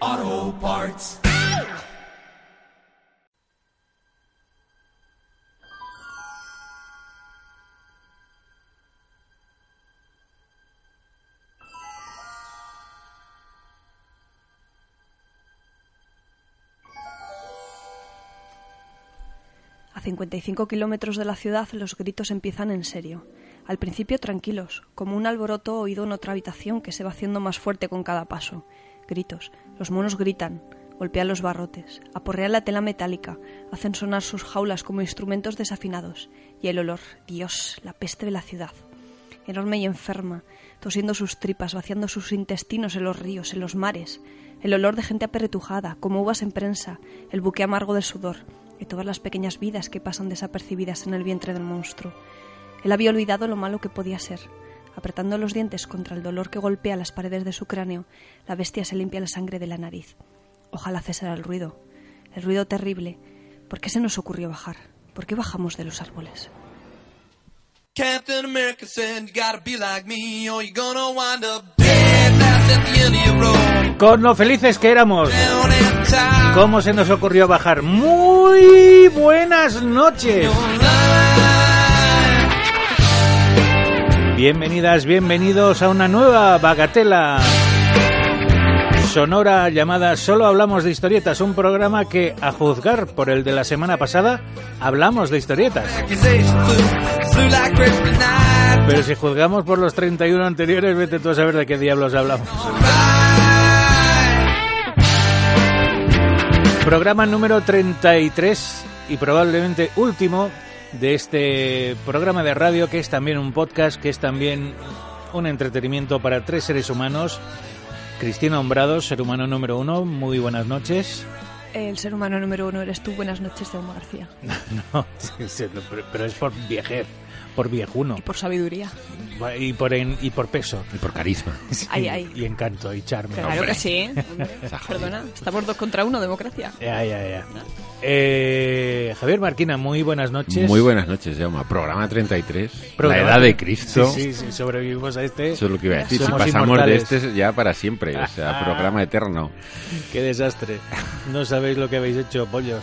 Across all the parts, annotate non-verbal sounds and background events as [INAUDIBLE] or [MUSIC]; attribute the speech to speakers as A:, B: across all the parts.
A: Auto parts.
B: A 55 kilómetros de la ciudad los gritos empiezan en serio. Al principio tranquilos, como un alboroto oído en otra habitación que se va haciendo más fuerte con cada paso. Gritos. Los monos gritan, golpean los barrotes, aporrean la tela metálica, hacen sonar sus jaulas como instrumentos desafinados. Y el olor. Dios, la peste de la ciudad. Enorme y enferma, tosiendo sus tripas, vaciando sus intestinos en los ríos, en los mares. El olor de gente aperretujada, como uvas en prensa, el buque amargo del sudor, y todas las pequeñas vidas que pasan desapercibidas en el vientre del monstruo. Él había olvidado lo malo que podía ser. Apretando los dientes contra el dolor que golpea las paredes de su cráneo, la bestia se limpia la sangre de la nariz. Ojalá cesara el ruido. El ruido terrible. ¿Por qué se nos ocurrió bajar? ¿Por qué bajamos de los árboles?
A: Captain America said, You gotta be like me, or you're gonna wind up dead. That's at the end of your road.
C: Con lo felices que éramos.
A: Down and tired.
C: ¿Cómo se nos ocurrió bajar? Muy buenas noches. Bienvenidas, bienvenidos a una nueva bagatela sonora llamada Solo hablamos de historietas, un programa que, a juzgar por el de la semana pasada, hablamos de historietas.
A: Accusations flew, flew like crazy night.
C: Pero si juzgamos por los 31 anteriores, vete tú a saber de qué diablos hablamos.
A: Right.
C: Programa número 33 y probablemente último de este programa de radio que es también un podcast, que es también un entretenimiento para tres seres humanos. Cristina Hombrado, ser humano número uno, muy buenas noches. [LAUGHS]
B: El ser humano número uno eres tú. Buenas noches, Jaume García.
C: No, sí, sí, no, pero- pero es por viejer, por viejuno
B: Y por sabiduría.
C: y por, en- y por peso.
D: Y por carisma.
C: [LAUGHS] Sí,
B: Ay, ay.
C: Y encanto y charme.
B: Claro que sí.
C: [LAUGHS]
B: ¿eh? Perdona, estamos dos contra uno, democracia.
C: Ya, ya, ya. Eh, Javier Marquina, muy buenas noches.
D: Muy buenas noches, Llama. Programa 33.
C: Programa-
D: La edad de Cristo.
C: Sí, sí, sí, sobrevivimos a este.
D: Eso es lo que iba a decir.
C: Somos
D: si pasamos
C: inmortales.
D: de este ya para siempre. O sea, programa eterno.
C: Qué desastre. No sabéis lo que habéis hecho, pollos.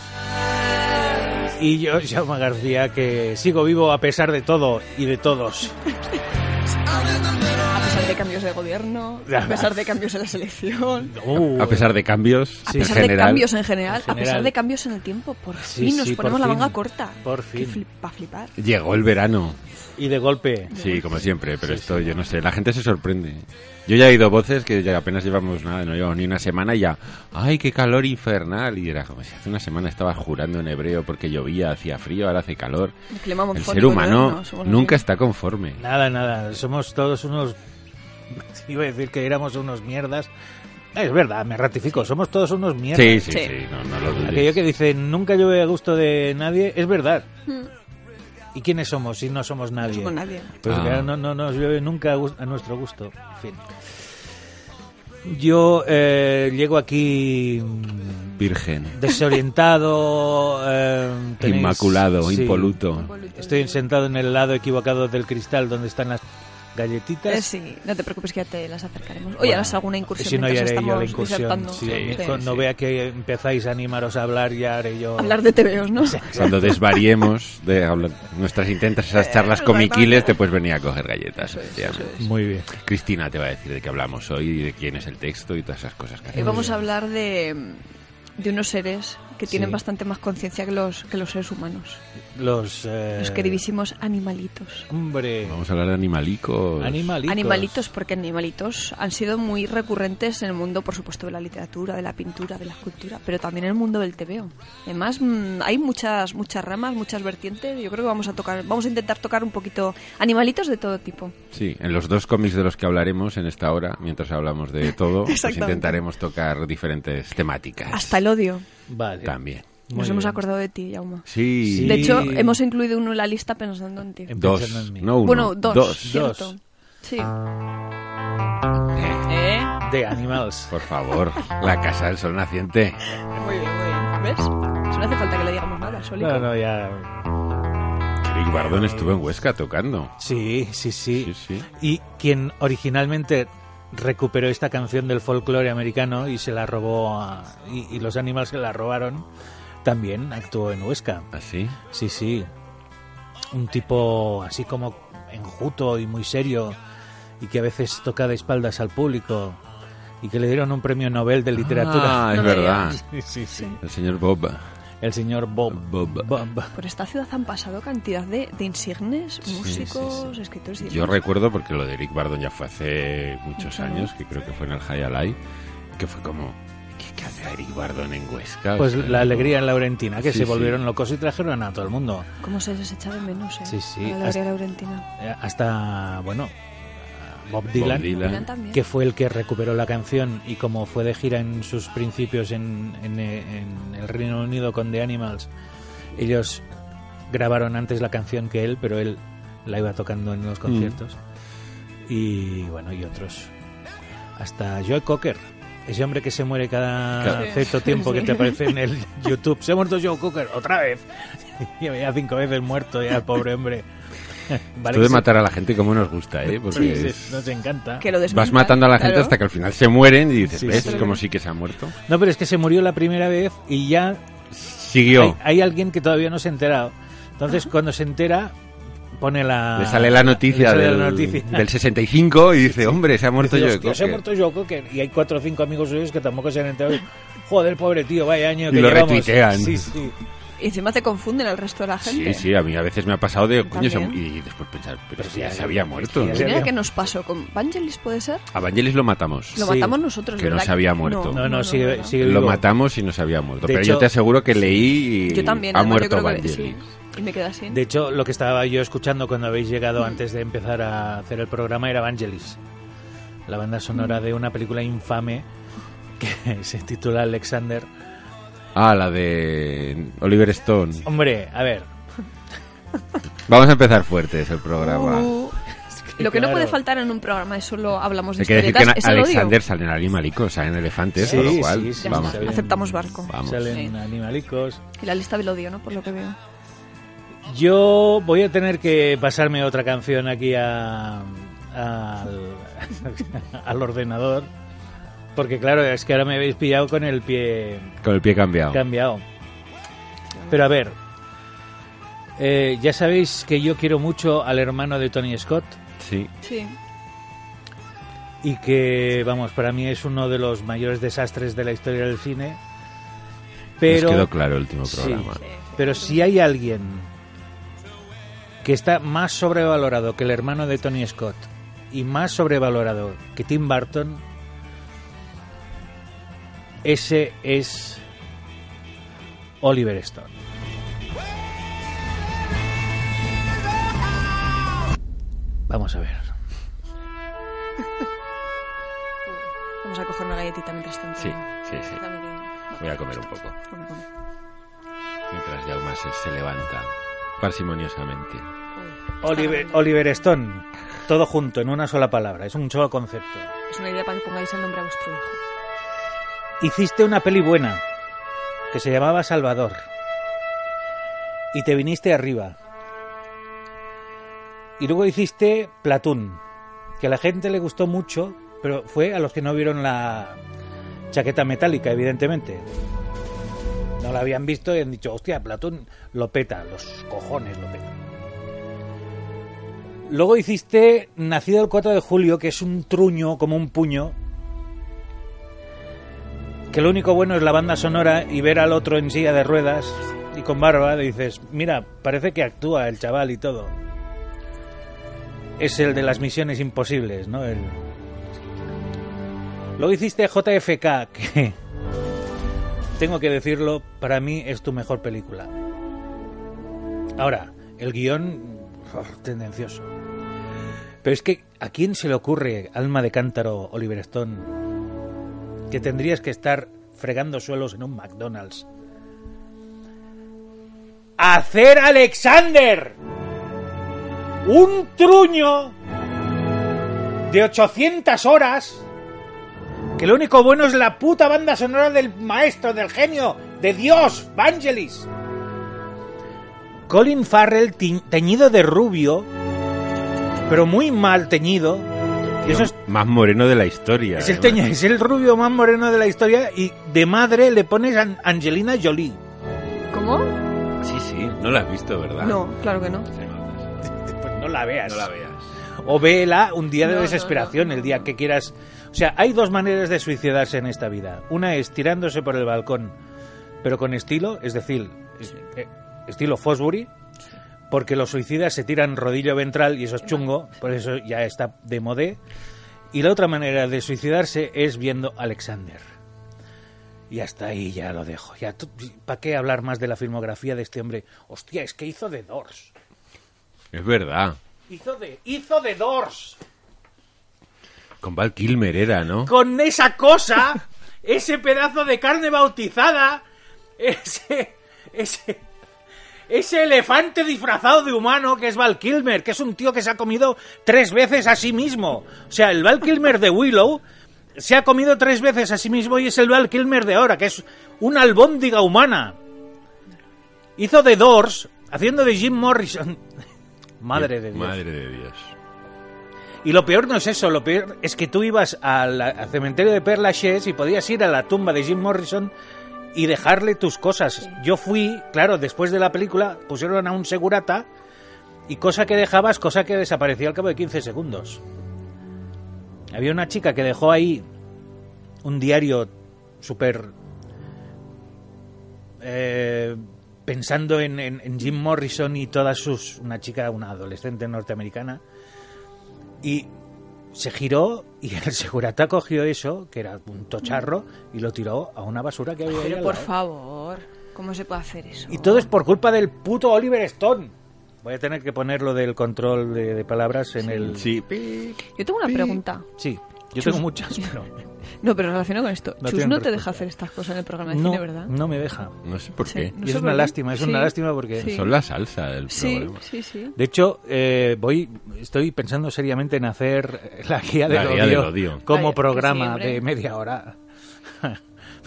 C: Y yo, Jaume García, que sigo vivo a pesar de todo y de todos.
B: A pesar de cambios de gobierno, a pesar de cambios en la selección,
C: Uh,
D: [LAUGHS] A pesar de cambios
C: Sí.
B: a
D: en
B: pesar de
D: general.
B: cambios en general, a pesar
C: general.
B: de cambios en el tiempo, por
C: Sí,
B: fin nos
C: sí, por
B: ponemos la
C: fin.
B: manga corta.
C: Por
B: Qué
C: fin.
B: flip- pa' flipar.
D: Llegó el verano.
C: Y de golpe.
D: Sí, como siempre, pero esto yo no sé. La gente se sorprende. Yo ya he oído voces que ya apenas llevamos nada, no llevamos ni una semana y ya. ¡Ay, qué calor infernal! Y era como si hace una semana estaba jurando en hebreo porque llovía, hacía frío, ahora hace calor.
B: El clima
D: El
B: monzónico,
D: ser humano
B: ¿no? Somos
D: nunca
B: así.
D: está conforme.
C: Nada, nada. Somos todos unos. [LAUGHS] Iba a decir que éramos unos mierdas. Es verdad, me ratifico. Somos todos unos mierdas.
D: Sí, sí,
B: Sí.
D: sí, no, no lo dudes.
C: Aquello que dice nunca llueve a gusto de nadie, es verdad. ¿Y quiénes somos si no somos nadie?
B: No somos nadie.
C: Pues
D: Ah.
C: claro, no, no nos llueve nunca a gus- a nuestro gusto. En fin. Yo eh, llego aquí mm,
D: Virgen.
C: desorientado. [LAUGHS] eh, tenéis-
D: Inmaculado,
C: sí.
D: impoluto.
C: Estoy sentado en el lado equivocado del cristal donde están las galletitas.
B: Eh, sí, no te preocupes que ya te las acercaremos. Oye,
C: Bueno,
B: harás alguna incursión.
C: Si no, ya
B: mientras
C: haré yo la
B: estamos
C: incursión.
B: disertando.
C: Sí,
B: Sí.
C: cuando No vea que empezáis a animaros a hablar, ya haré yo.
B: Hablar de TVOs, ¿no? [LAUGHS]
D: Cuando desvariemos de habla- nuestras intentas esas charlas comiquiles, te puedes venir a coger galletas. efectivamente.
C: Muy bien.
D: Cristina te va a decir de qué hablamos hoy y de quién es el texto y todas esas cosas que
B: Eh,
D: hacemos.
B: vamos a hablar de, de unos seres que tienen
C: Sí.
B: bastante más conciencia que los, que los seres humanos.
C: Los. eh,
B: Los queridísimos animalitos.
C: Hombre.
D: Vamos a hablar de animalicos.
C: Animalitos.
B: Animalitos, porque animalitos han sido muy recurrentes en el mundo, por supuesto, de la literatura, de la pintura, de la escultura, pero también en el mundo del tebeo. Además, mm, hay muchas, muchas ramas, muchas vertientes. Yo creo que vamos a tocar, vamos a intentar tocar un poquito animalitos de todo tipo.
C: Pues,
D: Sí, en los dos cómics de los que hablaremos en esta hora, mientras hablamos
B: [LAUGHS]
D: de todo, pues
B: Exactamente.
D: intentaremos tocar diferentes temáticas.
B: Hasta el odio.
C: Vale.
D: También.
B: Nos
C: Muy
B: hemos
C: bien.
B: acordado de ti, Jauma.
D: Sí.
C: Sí.
B: De hecho, hemos incluido uno en la lista pensando en ti.
C: Em-
D: Dos.
C: Pensando en mí.
D: No uno.
B: bueno, dos,
D: Dos.
B: cierto.
C: Dos. Ah,
B: Sí.
E: ¿Eh?
C: De Animals.
D: Por favor, la casa del sol naciente.
B: Muy bien, muy bien. ¿Ves? Eso no hace falta que le digamos nada, solito.
C: No, no, ya.
D: Rick Bardón estuvo en Huesca tocando.
C: Sí, sí, sí.
D: Sí, sí.
C: Y quien originalmente recuperó esta canción del folclore americano y se la robó a, y, y los Animals se la robaron, también actuó en Huesca.
D: ¿Así?
C: Sí, sí. Un tipo así como enjuto y muy serio y que a veces toca de espaldas al público y que le dieron un premio Nobel de literatura.
D: Ah, es
B: No me
D: verdad.
C: Sí, sí, sí.
D: El señor Bob.
C: El señor Bob.
D: Bob.
C: Bob.
B: Por esta ciudad han pasado cantidad de, de insignes, músicos,
D: sí, sí.
B: escritores y
D: Yo
B: demás.
D: recuerdo, porque lo de Eric Bardon ya fue hace muchos
B: Mucho.
D: años, que creo que fue en el High Alive, que fue como, ¿qué, qué hace Eric Bardon en Huesca?
C: Pues
D: O sea,
C: la alegría en Laurentina, que
D: Sí,
C: se
D: sí.
C: volvieron locos y trajeron a todo el mundo.
B: Cómo se les echa de menos, ¿eh?
C: Sí, sí.
B: A la
C: Hasta-
B: Gloria Laurentina.
C: Eh, hasta, bueno, a Bob Dylan,
D: Bob Dylan.
B: Dylan también.
C: que fue el que recuperó la canción y como fue de gira en sus principios en, en, eh, en el Reino Unido con The Animals, ellos grabaron antes la canción que él, pero él la iba tocando en los conciertos. Y bueno, y otros. Hasta Joe Cocker. Ese hombre que se muere cada
D: Cada-
C: cierto tiempo que
B: Sí.
C: te aparece
B: [LAUGHS]
C: en el YouTube. Se ha muerto Joe Cocker otra vez. [LAUGHS] Lleva ya cinco veces muerto ya, pobre hombre. Vale
D: Esto de
C: que se-
D: matar a la gente como nos gusta, ¿eh?
C: Sí,
D: Porque
C: sí,
D: es-
C: nos encanta.
B: Que lo
D: vas
B: desmontan,
D: matando a la
B: Pues
D: gente
B: claro.
D: hasta que al final se mueren y dices,
C: Sí,
D: ¿ves?
C: sí.
D: Como sí que se ha muerto.
C: No, pero es que se murió la primera vez y ya
D: Siguió.
C: hay, hay alguien que todavía no se ha enterado. Entonces, cuando se entera, pone la.
D: Le sale la noticia,
C: ah, le sale
D: del,
C: la noticia. [LAUGHS]
D: del 65 y dice, hombre, se ha muerto
C: Dice,
D: yo.
C: "Hostia, se ha muerto Joe Cocker. Y hay cuatro o cinco amigos suyos que tampoco se han enterado. Y, Joder, pobre tío, vaya año
D: Y
C: que
D: lo
C: llevamos".
D: retuitean.
C: Sí, sí.
B: Y encima te confunden al resto de la
D: Sí,
B: gente.
D: sí, a mí a veces me ha pasado de, coño, se-
B: También.
D: y después pensar, pero
C: Pero
D: si ya
C: sí,
D: se había muerto.
C: sí,
D: ¿no?
C: sí.
B: Mira qué nos pasó con Vangelis, ¿puede ser?
D: A Vangelis lo matamos.
B: Lo
C: Sí.
B: matamos nosotros,
D: Que no
B: ¿verdad?
D: se había muerto.
C: No, no, sigue,
B: no.
C: sigue
D: Lo
C: vivo.
D: matamos y nos había muerto.
C: De
D: Pero yo
C: hecho,
D: te aseguro que leí y
B: Yo también.
D: ha
B: además, yo
D: muerto
B: creo que-
D: Vangelis.
B: sí. Y me quedé así.
C: De hecho, lo que estaba yo escuchando cuando habéis llegado antes de empezar a hacer el programa era Vangelis, la banda sonora de una película infame que [LAUGHS] se titula Alexander.
D: Ah, la de Oliver Stone.
C: Hombre, a ver,
D: Vamos a empezar fuertes el programa.
B: Uh, lo que no
C: claro.
B: puede faltar en un programa es solo hablamos de
D: Hay que decir que
B: historietas,
D: en
B: es el odio.
D: Alexander salen animalicos, salen elefantes,
C: Sí,
D: con lo cual,
C: sí, sí,
B: Ya
D: vamos.
B: está,
C: bien.
B: aceptamos barco.
D: Vamos.
C: salen
B: Sí.
C: animalicos.
B: Y la lista del odio, ¿no? Por lo que veo.
C: Yo voy a tener que pasarme otra canción aquí a- al, [LAUGHS] al ordenador, porque claro, es que ahora me habéis pillado con el pie
D: Con el pie cambiado.
C: cambiado. Pero a ver, eh, ya sabéis que yo quiero mucho al hermano de Tony Scott
D: Sí.
B: Sí.
C: y que, vamos, para mí es uno de los mayores desastres de la historia del cine.
D: Nos
C: Pero,
D: quedó claro el último
C: Sí.
D: programa.
C: pero si hay alguien que está más sobrevalorado que el hermano de Tony Scott y más sobrevalorado que Tim Burton, ese es Oliver Stone. Vamos a ver.
B: Vamos a coger una galletita mientras tanto.
D: Sí, sí, sí.
B: Dame que-
D: Voy a comer un poco.
B: Come, come.
D: Mientras Jaume se, se levanta parsimoniosamente.
C: Oliver, Oliver Stone. Todo junto, en una sola palabra. Es un solo concepto.
B: Es una idea para que pongáis el nombre a vuestro hijo.
C: Hiciste una peli buena que se llamaba Salvador. Y te viniste arriba. Y luego hiciste Platón, que a la gente le gustó mucho, pero fue a los que no vieron la chaqueta metálica, evidentemente. No la habían visto y han dicho, hostia, Platón lo peta, los cojones lo peta. Luego hiciste Nacido el 4 de julio, que es un truño como un puño, que lo único bueno es la banda sonora y ver al otro en silla de ruedas y con barba, dices, mira, parece que actúa el chaval y todo. Es el de las misiones imposibles, ¿no? El... Luego hiciste JFK, [LAUGHS] que tengo que decirlo, para mí es tu mejor película. Ahora, el guión oh, tendencioso. Pero es que, ¿a quién se le ocurre, alma de cántaro, Oliver Stone, que tendrías que estar fregando suelos en un McDonald's. hacer Alexander un truño de 800 horas que lo único bueno es la puta banda sonora del maestro, del genio, de Dios, Vangelis. Colin Farrell ti- teñido de rubio, pero muy mal teñido. Y eso es
D: Más moreno de la historia.
C: es el,
D: además.
C: teña- es el rubio más moreno de la historia y de madre le pones a Angelina Jolie.
B: ¿Cómo?
D: Sí, sí. No la has visto, ¿verdad?
B: No, claro que no.
D: Se nota, se nota.
C: Pues no la veas.
D: No la veas.
C: O vela un día de
B: No, no,
C: desesperación, el día que quieras. O sea, hay dos maneras de suicidarse en esta vida. Una es tirándose por el balcón, pero con estilo, es decir, es- eh, estilo Fosbury, porque los suicidas se tiran rodillo ventral y eso es chungo, por eso ya está de modé. Y la otra manera de suicidarse es viendo Alexander. Y hasta ahí ya lo dejo. Ya, ¿Para qué hablar más de la filmografía de este hombre? Hostia, es que hizo de Doors.
D: Es verdad.
C: Hizo de, hizo de Doors.
D: Con Val Kilmer era, ¿no?
C: con esa cosa, ese pedazo de carne bautizada, ese, ese, ese elefante disfrazado de humano que es Val Kilmer, que es un tío que se ha comido tres veces a sí mismo. O sea, el Val Kilmer de Willow se ha comido tres veces a sí mismo y es el Val Kilmer de ahora, que es una albóndiga humana. Hizo The Doors haciendo de Jim Morrison. [LAUGHS] Madre de Dios.
D: Madre de Dios.
C: Y lo peor no es eso, lo peor es que tú ibas al, al cementerio de Père Lachaise y podías ir a la tumba de Jim Morrison y dejarle tus cosas. Yo fui, claro, después de la película pusieron a un segurata y cosa que dejabas, cosa que desaparecía al cabo de 15 segundos. Había una chica que dejó ahí un diario súper... eh, pensando en, en- en Jim Morrison y todas sus... Una chica, una adolescente norteamericana, y se giró y el [LAUGHS] segurata cogió eso, que era un tocharro, y lo tiró a una basura que había ahí
B: Pero
C: al
B: por
C: lado.
B: favor, ¿cómo se puede hacer eso?
C: Y todo es por culpa del puto Oliver Stone. Voy a tener que poner lo del control de, de palabras en el...
D: Sí.
B: Yo tengo una pregunta.
C: Sí, yo
B: Chus.
C: tengo
B: [LAUGHS]
C: muchas, pero...
B: No, pero relacionado con esto.
C: No
B: Chus
C: tienen
B: no te
C: respuesta.
B: deja hacer estas cosas en el programa de
C: No,
B: cine, ¿verdad?
C: no me deja.
D: No sé por
B: Sí,
D: qué.
B: no
C: Y
B: sé
C: es
B: por
C: una
B: qué.
C: lástima, es una
B: Sí.
C: lástima porque-
B: Sí.
D: Son la salsa del
B: Sí,
D: programa.
B: sí, sí.
C: De hecho, eh, voy, estoy pensando seriamente en hacer la guía del,
D: La guía
C: odio,
D: del odio.
C: como
B: Ay,
C: programa
B: sí, hombre.
C: de media hora. [LAUGHS]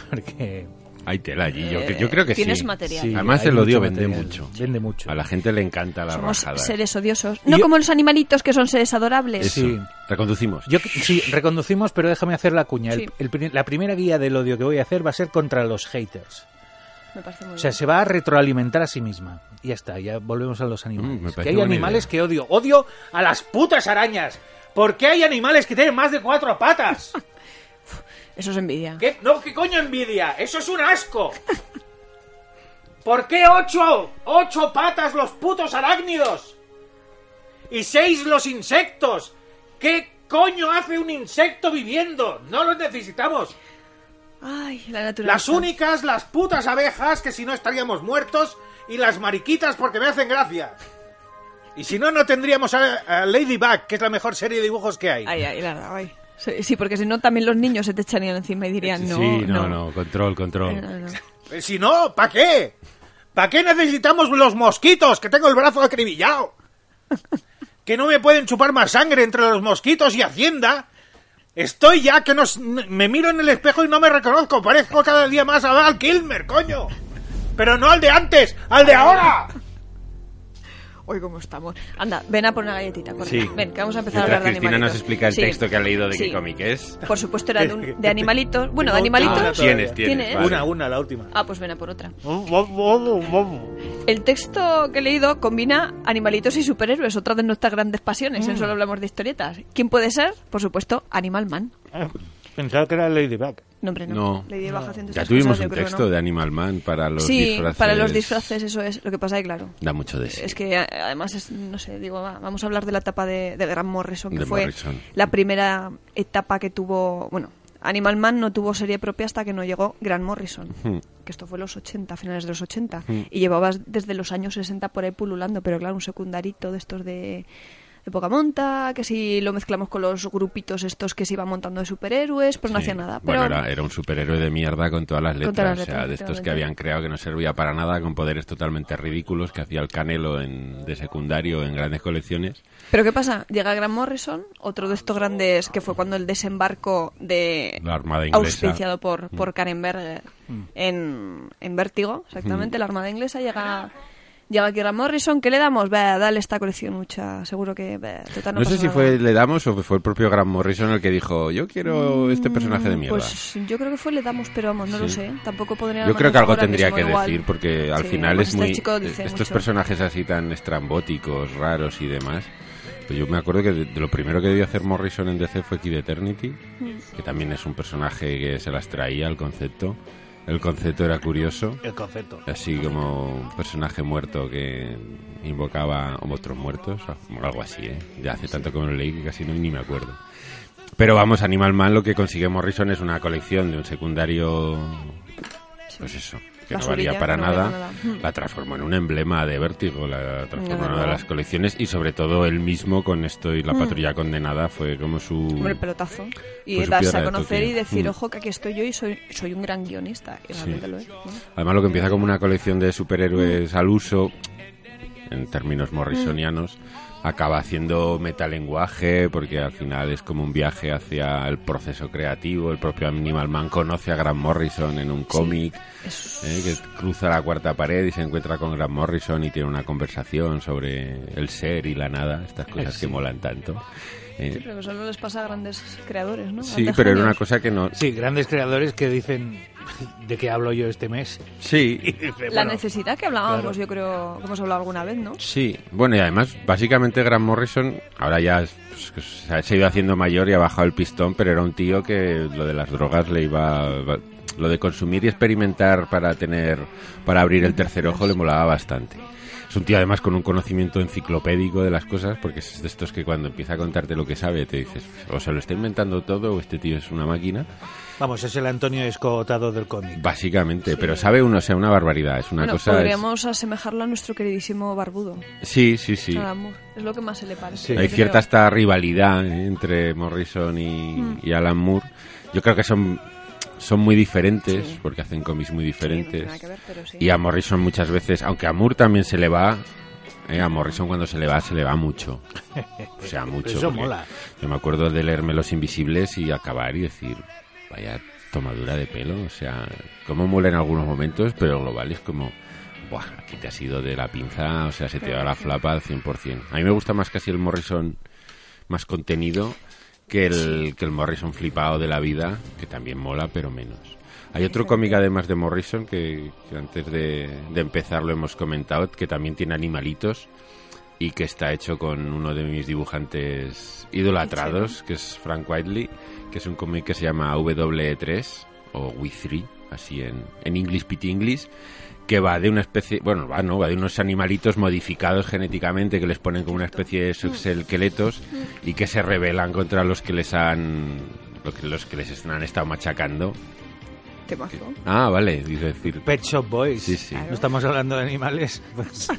C: porque...
D: Hay tela allí. Yo,
B: Eh,
D: yo creo que
B: tienes
D: sí.
B: material.
C: sí,
D: Además,
C: hay
D: el
C: mucho
D: odio vende
C: material.
D: mucho.
C: Vende mucho.
D: A la gente le encanta la
B: Somos
D: rajada.
B: seres odiosos.
C: Y
B: No
C: yo-
B: como los animalitos que son seres adorables.
D: Eso.
C: Sí.
D: Reconducimos.
C: Yo, sí, reconducimos, pero déjame hacer la cuña. El-
B: Sí.
C: el pri- la primera guía del odio que voy a hacer va a ser contra los haters.
B: Me parece muy
C: O sea,
B: bien.
C: se va a retroalimentar a sí misma. Y ya está, ya volvemos a los
D: Mm, me
C: animales.
D: parece
C: que hay
D: buena
C: animales
D: idea.
C: que odio. Odio a las putas arañas. ¿Por qué hay animales que tienen más de cuatro patas?
D: [LAUGHS]
B: Eso es envidia.
C: ¿Qué? No, ¿qué coño envidia? Eso es un asco. ¿Por qué ocho? Ocho patas los putos arácnidos. Y seis los insectos. ¿Qué coño hace un insecto viviendo? No los necesitamos.
B: Ay, la naturaleza.
C: Las únicas, las putas abejas, que si no estaríamos muertos, y las mariquitas porque me hacen gracia. Y si no, no tendríamos a, a Ladybug, que es la mejor serie de dibujos que hay.
B: Ay, ay, la verdad, ay. Sí, sí, porque si no, también los niños se te echarían encima y dirían no.
D: sí, no,
B: no,
D: no, Control,
B: Eh,
D: control.
B: no, no.
C: Eh, Si no, ¿para qué? ¿Para qué necesitamos los mosquitos? Que tengo el
B: [LAUGHS]
C: brazo acribillado. Que no me pueden chupar más sangre entre los mosquitos y Hacienda. Estoy ya que nos, me miro en el espejo y no me reconozco. Parezco cada día más a Val Kilmer, coño. Pero no al de antes, al de ahora.
B: Hoy, cómo estamos. Anda, ven a por una galletita. corre.
D: Sí.
B: Ven, que vamos a empezar a
D: Mientras
B: hablar de
D: Cristina
B: animalitos.
D: nos explica el
B: Sí.
D: texto que ha leído de
B: Sí.
D: qué cómic es.
B: Por supuesto, era de,
D: [LAUGHS]
B: un- de animalitos. Bueno, de
C: Ah,
D: Ah,
B: animalitos.
C: todavía.
D: tienes, tienes.
B: Tienes.
D: vale.
C: Una, una, la última.
B: Ah, pues ven a por otra. El texto que he leído combina animalitos y superhéroes, otra de nuestras grandes pasiones.
D: Mm.
B: En solo hablamos de historietas. ¿Quién puede ser? Por supuesto, Animal Man.
C: Pensaba que era Ladybug.
B: No, hombre, no.
D: No.
B: Lady Baja haciendo
D: Ya
B: estas
D: tuvimos
B: cosas, yo
D: un
B: creo que
D: texto
B: no.
D: de Animal Man para los
B: sí,
D: disfraces.
B: para los disfraces, eso es. Lo que pasa es, claro.
D: Da mucho de sí.
B: Es que a- además, es- no sé, digo, va, vamos a hablar de la etapa de, de Grant Morrison, que
D: De
B: fue
D: Morrison.
B: la primera etapa que tuvo. Bueno, Animal Man no tuvo serie propia hasta que no llegó Grant Morrison,
D: Hmm.
B: que esto fue los 80, finales de los 80, y llevabas desde los años 60 por ahí pululando, pero claro, un secundarito de estos de de poca monta, que si lo mezclamos con los grupitos estos que se iban montando de superhéroes, pues no
D: Sí.
B: hacía nada. Pero
D: Bueno, era, era un superhéroe de mierda con todas las letras,
B: Con todas las
D: o
B: letras,
D: sea, de estos que
B: efectivamente.
D: habían creado que no servía para nada, con poderes totalmente ridículos que hacía el Canelo en- de secundario en grandes colecciones.
B: Pero ¿qué pasa? Llega Grant Morrison, otro de estos grandes que fue cuando el desembarco de
D: La Armada Inglesa. Mm.
B: auspiciado por, por Karen Berger en, en Vértigo,
D: Mm.
B: exactamente, la Armada Inglesa llega... Llega aquí Grant Morrison, ¿qué le damos? Bah, dale esta colección mucha, seguro que... bah, total,
D: No,
B: no
D: sé
B: pasa
D: si
B: nada.
D: fue Le Damos o fue el propio Grant Morrison el que dijo, yo quiero este personaje de mierda.
B: Pues yo creo que fue le damos, pero vamos, no
D: Sí.
B: lo sé. Tampoco podría.
D: yo creo que algo
B: ahora
D: tendría
B: mismo
D: que
B: igual.
D: decir porque al
B: Sí,
D: final
B: además
D: es
B: este
D: muy
B: chico dice
D: estos
B: mucho.
D: personajes así tan estrambóticos, raros y demás. Pues yo me acuerdo que de- de lo primero que debió hacer Morrison en DC fue Kid Eternity, que también es un personaje que se las traía al concepto. El concepto era curioso.
C: El concepto.
D: Así como un personaje muerto que invocaba a otros muertos, o algo así, ¿eh? Ya hace tanto que me lo leí que casi no, ni me acuerdo. Pero vamos, Animal Man lo que consigue Morrison es una colección de un secundario... Pues eso, que no
B: Basurilla,
D: valía para
B: que no valía
D: nada.
B: nada.
D: La transformó en un emblema de vértigo, la transformó en
B: Desde
D: una de
B: luego.
D: las colecciones y sobre todo él mismo con esto y la patrulla condenada fue como su...
B: Hmm. Hombre, pelotazo. Y
D: Pues su
B: darse
D: piedra
B: a
D: de
B: conocer
D: toque.
B: y decir,
D: Mm.
B: ojo, que aquí estoy yo y soy, soy un gran guionista. Y realmente lo es. ¿no?
D: Además, lo que empieza como una colección de superhéroes al uso, en términos morrisonianos, acaba haciendo metalenguaje, porque al final es como un viaje hacia el proceso creativo. El propio Animal Man conoce a Grant Morrison en un cómic,
B: Es-
D: ¿eh? que cruza la cuarta pared y se encuentra con Grant Morrison y tiene una conversación sobre el ser y la nada, estas cosas que molan tanto. Eh,
B: Sí, pero eso no les pasa a grandes creadores, ¿no?
D: sí,
B: Grandes
D: pero era una
B: genios.
D: cosa que no...
C: Sí, grandes creadores que dicen de qué hablo yo este mes.
D: Sí,
C: Y dice,
B: La
C: bueno,
B: necesidad que hablábamos,
C: claro.
B: yo creo que hemos hablado alguna vez, ¿no?
D: Sí, bueno, y además, básicamente Grant Morrison ahora ya pues, se ha- se ha ido haciendo mayor y ha bajado el pistón, pero era un tío que lo de las drogas le iba... va- Lo de consumir y experimentar para tener... para abrir el tercer ojo le molaba bastante. Es un tío además con un conocimiento enciclopédico de las cosas, porque es de estos que cuando empieza a contarte lo que sabe te dices, o se lo está inventando todo o este tío es una máquina.
C: Vamos, es el Antonio Escotado del cómic.
D: Básicamente, pero sabe uno, o sea, una barbaridad. Es una
B: Bueno,
D: cosa... es-
B: podríamos asemejarlo a nuestro queridísimo barbudo,
D: Sí, sí, sí.
B: Adam Moore. Es lo que más se le parece.
C: Sí.
B: yo
D: Hay
B: creo.
D: cierta esta rivalidad ¿eh? entre Morrison y,
B: Hmm.
D: y Alan Moore. Yo creo que son, son muy diferentes,
B: Sí.
D: porque hacen cómics muy
B: Sí, no tiene
D: diferentes.
B: nada que ver, pero sí.
D: y a Morrison muchas veces, aunque a Moore también se le va, ¿eh? a Morrison cuando se le va, se le va mucho. O
C: [LAUGHS]
D: sea, mucho.
C: Eso
D: porque
C: mola.
D: Yo me acuerdo de leerme Los Invisibles y acabar y decir, vaya tomadura de pelo. O sea, como mola en algunos momentos, pero global es como, buah, aquí te has ido de la pinza, o sea, se te da la flapa al 100%. A mí me gusta más casi el Morrison más contenido que el, que el Morrison flipado de la vida, que también mola, pero menos. Hay otro cómic además de Morrison que, que antes de, de empezar lo hemos comentado, que también tiene animalitos y que está hecho con uno de mis dibujantes idolatrados, que es Frank Whiteley, que es un cómic que se llama W3 o We3, así en, en English Pit English, que va de una especie, bueno, va, no, va de unos animalitos modificados genéticamente que les ponen como una especie de subesqueletos y que se rebelan contra los que les han lo que- los que les han estado machacando.
B: Temazo.
D: Ah, vale, dice decir.
C: Pet Shop Boys.
D: Sí, sí.
C: No estamos hablando de animales. [LAUGHS] pues,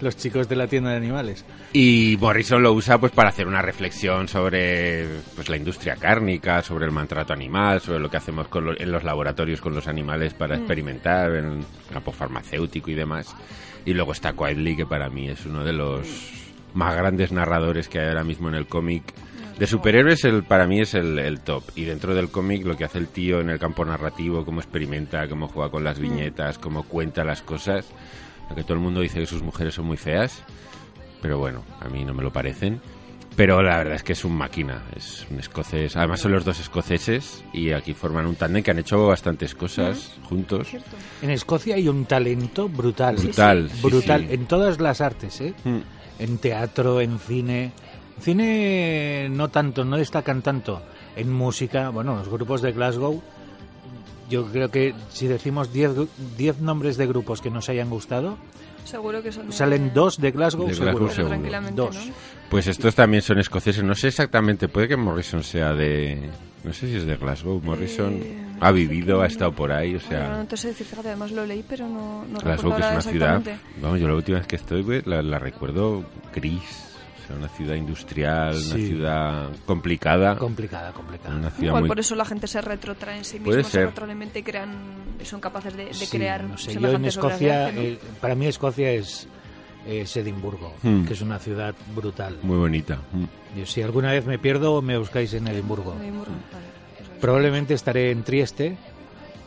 C: los chicos de la tienda de animales.
D: Y Morrison lo usa pues para hacer una reflexión sobre pues la industria cárnica, sobre el maltrato animal, sobre lo que hacemos con lo- en los laboratorios con los animales para experimentar en el campo farmacéutico y demás. Y luego está Quietly, que para mí es uno de los más grandes narradores que hay ahora mismo en el cómic. De superhéroes el, para mí es el, el top. Y dentro del cómic lo que hace el tío en el campo narrativo, cómo experimenta, cómo juega con las viñetas, cómo cuenta las cosas. Aunque todo el mundo dice que sus mujeres son muy feas pero bueno, a mí no me lo parecen. Pero la verdad es que es un máquina, es un escocés. Además son los dos escoceses y aquí forman un tándem que han hecho bastantes cosas juntos.
C: En Escocia hay un talento brutal.
D: Brutal, sí,
C: brutal.
D: sí.
C: En todas las artes, ¿eh?
D: Mm.
C: En teatro, en cine. Cine no tanto, no destacan tanto. En música, bueno, los grupos de Glasgow. Yo creo que si decimos 10 gru- 10 nombres de grupos que nos hayan gustado,
B: Seguro que son.
C: Pues salen dos de Glasgow,
D: De
C: seguro.
D: Glasgow,
B: Pero
D: seguro.
B: tranquilamente,
C: Dos.
B: ¿no?
D: Pues estos también son escoceses, no sé exactamente, puede que Morrison sea de... No sé si es de Glasgow, Morrison
B: Eh,
D: ha
B: no sé
D: vivido,
B: qué-
D: ha estado por ahí, o
B: Bueno,
D: sea...
B: no te sé decir, fíjate, además lo leí, pero no, no recuerdo
D: Glasgow que es
B: ahora
D: una ciudad...
B: exactamente.
D: Vamos, yo la última vez que estoy, güey, la, la recuerdo gris. O sea, una ciudad industrial, una
C: Sí.
D: ciudad complicada.
C: Complicada, complicada.
D: una ciudad
B: Igual
D: muy-
B: por eso la gente se retrotrae en sí
D: Puede
B: misma, se
D: ser.
B: retroalimenta y crean, y son capaces de, de
C: Sí,
B: crear.
C: no sé, yo en
B: semejantes obras de
C: Escocia,
B: arte, ¿no?
C: eh, para mí Escocia es, es Edimburgo,
D: Hmm.
C: que es una ciudad brutal.
D: muy bonita. Mm.
C: Yo, si alguna vez me pierdo, me buscáis en Edimburgo.
B: Edimburgo, vale, eso es.
C: Probablemente estaré en Trieste,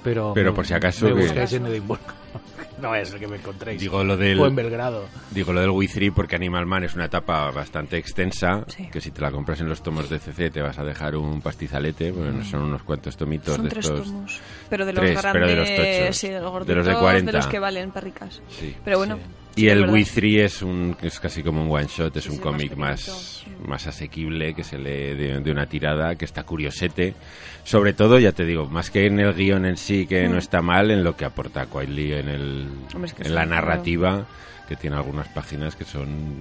C: pero,
D: Pero
C: me-
D: por si acaso
C: me
D: que-
C: buscáis en Edimburgo. [LAUGHS] no vaya a ser que me encontréis.
D: Digo lo del
C: O en Belgrado.
D: digo lo del Wii3 porque Animal Man es una etapa bastante extensa,
B: Sí.
D: que si te la compras en los tomos de CC te vas a dejar un pastizalete, bueno, son unos cuantos tomitos
B: Mm. Son
D: de
B: tres
D: estos.
B: tomos, pero de los
D: tres, pero
B: grandes,
D: de los tochos,
B: sí, de los
D: de los
B: gorditos,
D: de
B: de los
D: 40.
B: que valen perricas.
D: Sí.
B: Pero bueno,
D: Y
B: sí, es
D: el
B: verdad.
D: Wii 3 es, un, es casi como un one shot, es
B: Sí,
D: un
B: sí,
D: cómic
B: más
D: más,
B: pequeñito.
D: más asequible que se lee de, de una tirada, que está curiosete. Sobre todo, ya te digo, más que en el guión en sí, que no está mal, en lo que aporta Quietly en, el,
B: Hmm. Hombre, es que
D: en
B: es
D: la
B: un libro.
D: narrativa, que tiene algunas páginas que son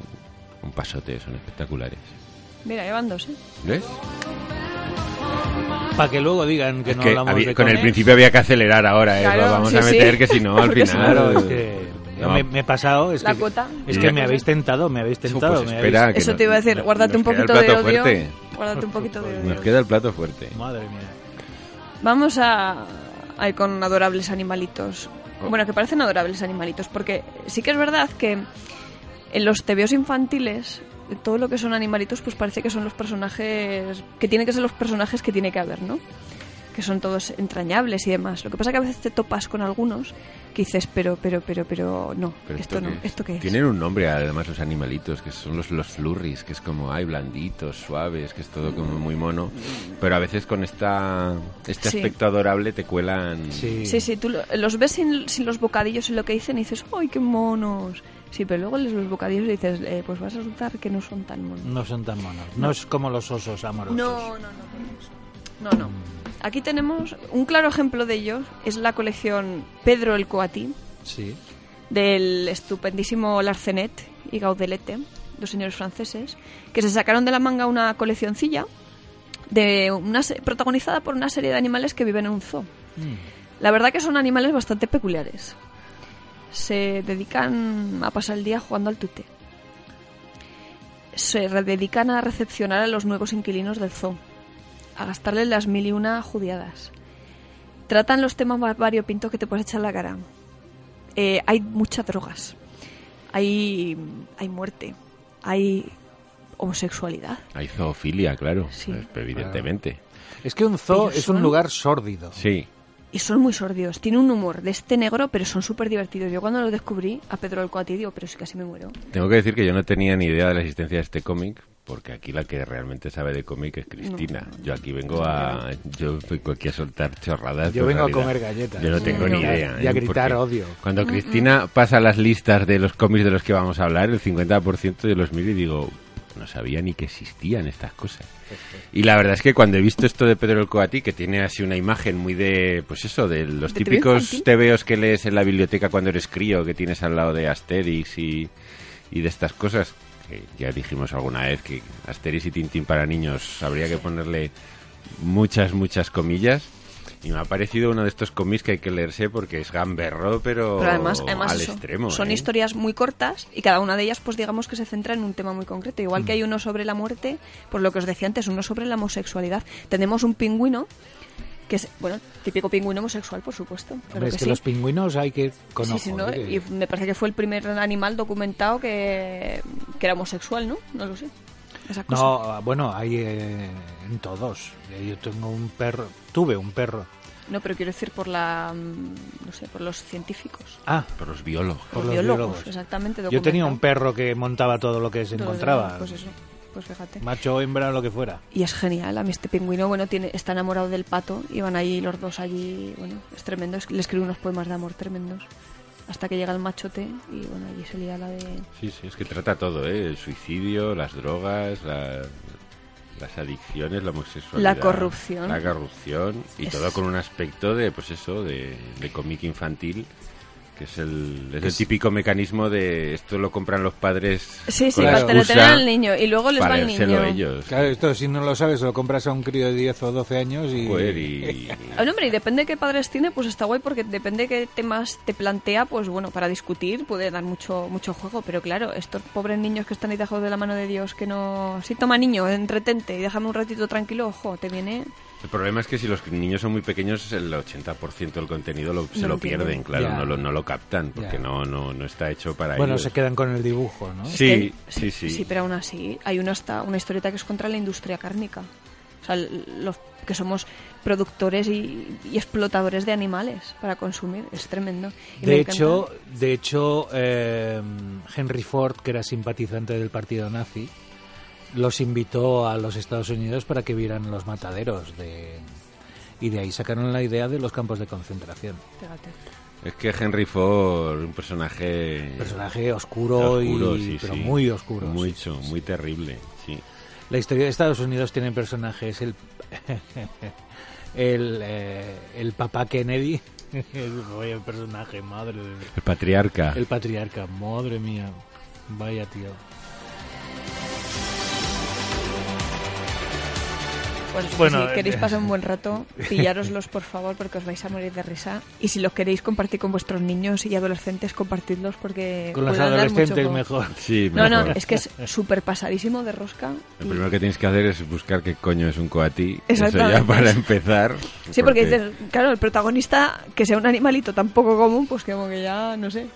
D: un pasote, son espectaculares.
B: mira, llevan dos, ¿eh?
D: ¿Ves?
C: Para que luego digan que
D: Es
C: no
D: que
C: hablamos
D: había-
C: de
D: con el
C: cómics.
D: principio había que acelerar ahora, ¿eh?
B: Claro,
D: Lo vamos
B: sí,
D: a
B: sí.
D: meter que si no, al
B: [LAUGHS] Porque si no-
D: final...
C: Claro, es que
D: No.
C: me, me he pasado. Es
B: La
C: que,
B: cuota.
C: Es que me habéis tentado, me habéis
D: Pues
C: tentado. me
D: espera,
C: habéis-
D: que
B: Eso
D: no-
B: te iba a decir,
D: no-
B: guárdate un
D: nos queda el
B: poquito de
D: plato
B: odio.
D: fuerte.
B: Guárdate un poquito de
D: Nos
B: odio.
D: queda el plato fuerte.
C: Madre mía.
B: Vamos a, a ir con adorables animalitos.
D: Oh.
B: Bueno, que parecen adorables animalitos, porque sí que es verdad que en los tebeos infantiles todo lo que son animalitos pues parece que son los personajes que tienen que ser los personajes que tiene que haber, ¿no? Que son todos entrañables y demás. Lo que pasa que a veces te topas con algunos que dices, pero, pero, pero, pero, no,
D: ¿Pero
B: esto, no,
D: qué es?
B: ¿esto qué es?
D: Tienen un nombre además los animalitos, que son los, los flurries, que es como, ay, blanditos, suaves, que es todo como muy mono. Pero a veces con esta este
B: Sí.
D: aspecto adorable te cuelan...
C: Sí.
B: Sí, sí, tú lo- los ves sin, sin los bocadillos y lo que dicen y dices, ¡ay, qué monos! Sí, pero luego les los bocadillos y dices, eh, pues vas a resultar que no son tan monos.
C: No son tan monos. No es como los osos amorosos.
B: No, no, no. No, no. Aquí tenemos un claro ejemplo de ello, es la colección Pedro el Coatí,
C: Sí.
B: del estupendísimo Larcenet y Gaudelete, dos señores franceses, que se sacaron de la manga una coleccioncilla de una se- protagonizada por una serie de animales que viven en un zoo.
C: Mm.
B: La verdad que son animales bastante peculiares. Se dedican a pasar el día jugando al tute. Se re- dedican a recepcionar a los nuevos inquilinos del zoo, a gastarles las mil y una judiadas. Tratan los temas va- variopintos que te puedes echar en la cara. Eh, hay muchas drogas. Hay, hay muerte. Hay homosexualidad.
D: Hay zoofilia, claro,
B: Sí.
D: pues, evidentemente.
C: Es que un zoo
B: Ellos
C: es un
B: son-
C: lugar sórdido.
D: Sí,
B: Y son muy sordidos. Tiene un humor de este negro, pero son súper divertidos. Yo cuando los descubrí a Pedro el Coatí, digo, pero si casi me muero.
D: tengo que decir que yo no tenía ni idea de la existencia de este cómic. Porque aquí la que realmente sabe de cómic es Cristina. Yo aquí vengo a... Yo vengo aquí a soltar chorradas.
C: Yo
D: pero en
C: vengo a
D: Pues realidad
C: comer galletas.
D: Yo no tengo ni
B: Y a-
D: idea.
C: y a
D: ¿eh?
C: gritar
D: Porque
C: odio.
D: Cuando Cristina pasa las listas de los cómics de los que vamos a hablar, el 50% de los miro y digo, no sabía ni que existían estas cosas. Y la verdad es que cuando he visto esto de Pedro el Coatí, que tiene así una imagen muy de, pues eso, de los
B: De TV
D: típicos
B: infantil.
D: tebeos que lees en la biblioteca cuando eres crío, que tienes al lado de Asterix y, y de estas cosas, que ya dijimos alguna vez que Asterix y Tintín para niños habría que ponerle muchas, muchas comillas. Y me ha parecido uno de estos cómics que hay que leerse porque es gamberro, pero,
C: Oh,
B: Pero además, además
D: al
B: eso,
D: extremo.
B: son
D: ¿eh?
B: historias muy cortas y cada una de ellas, pues digamos que se centra en un tema muy concreto. Igual que hay uno sobre la muerte, por lo que os decía antes, uno sobre la homosexualidad. Tenemos un pingüino, que es, bueno, típico pingüino homosexual, por supuesto. claro
C: Hombre, es
B: que
C: que,
B: sí.
C: los pingüinos hay que
B: Sí,
C: conocer.
B: sí, ¿no? Y me parece que fue el primer animal documentado que, que era homosexual, ¿no? No lo sé. Esa cosa.
C: No, ah, bueno, hay eh, en todos. Eh, Yo tengo un perro, tuve un perro.
B: No, pero quiero decir por la, mm, no sé, por los científicos.
C: Ah,
D: Por los biólogos.
C: Por
B: Por
C: los
B: biólogos,
C: biólogos.
B: exactamente.
C: yo tenía un
B: documentado.
C: perro que montaba todo lo que se
B: Todo lo
C: encontraba.
B: demás, Pues eso, pues fíjate.
C: Macho, hembra, lo que fuera.
B: Y es genial, a mí este pingüino, bueno, tiene, está enamorado del pato y van ahí los dos allí, bueno, es tremendo, es- le escribe unos poemas de amor tremendos. Hasta que llega el machote y bueno, allí se lía la de...
D: Sí, sí, es que trata todo, ¿eh? El suicidio, las drogas, la- las adicciones, la homosexualidad.
B: La corrupción.
D: La corrupción. Y
B: Es-
D: todo con un aspecto de, pues eso, de, de cómic infantil que es el, es el típico mecanismo de esto lo compran los padres
B: Sí, sí,
D: con la
C: Claro.
B: para entretener
D: excusa
B: al niño. Y luego les va
D: para
B: el
D: dárselo
B: niño.
D: a ellos.
C: Claro, esto si no lo sabes, lo compras a un crío de 10 o 12 años y...
D: Joder, y-
B: Ah, no, hombre, y depende de qué padres tiene, pues está guay, porque depende de qué temas te plantea, pues bueno, para discutir puede dar mucho mucho juego. Pero claro, estos pobres niños que están ahí dejados de la mano de Dios, que no... Sí, toma niño, entretente y déjame un ratito tranquilo, ojo, te viene...
D: El problema es que si los niños son muy pequeños, el 80% del contenido lo- se
B: No
D: lo
B: lo entienden.
D: pierden, claro,
C: Ya.
D: no, lo, no lo captan,
C: Ya.
D: porque no, no, no está hecho para
C: Bueno,
D: ellos.
C: se quedan con el dibujo, ¿no?
D: Sí,
B: Es que-
D: sí, sí.
B: Sí, pero aún así hay una, hasta, una historieta que es contra la industria cárnica. O sea, l- los que somos productores y, y explotadores de animales para consumir. Es tremendo. Y me
C: De
B: encanta.
C: hecho, de hecho eh, Henry Ford, que era simpatizante del partido nazi, los invitó a los Estados Unidos para que vieran los mataderos de... Y de ahí sacaron la idea de los campos de concentración.
B: Fíjate.
D: Es que Henry Ford, un personaje...
C: Personaje oscuro,
D: oscuro,
C: y,
D: sí,
C: pero
D: sí.
C: muy oscuro. sí,
D: Mucho,
C: sí, sí.
D: muy terrible, sí.
C: La historia de Estados Unidos tiene personajes. El, [LAUGHS] el, eh, el papá Kennedy. [LAUGHS] Vaya personaje, madre de Dios.
D: El patriarca.
C: El patriarca, madre mía. Vaya tío.
B: Bueno, eso
C: Bueno,
B: si
C: eh,
B: queréis pasar un buen rato, pillároslos por favor porque os vais a morir de risa. Y si los queréis compartir con vuestros niños y adolescentes, compartidlos porque...
C: Con los
B: pueden dar mucho
C: adolescentes
B: juego.
C: mejor.
D: Sí,
B: No, no,
D: mejor.
B: es que es súper pasadísimo de rosca.
D: Lo
B: y-
D: primero que tienes que hacer es buscar qué coño es un coatí. Eso ya
B: Exactamente.
D: para empezar.
B: Sí, porque dices, claro, el protagonista, que sea un animalito tan poco común, pues como que ya, no sé,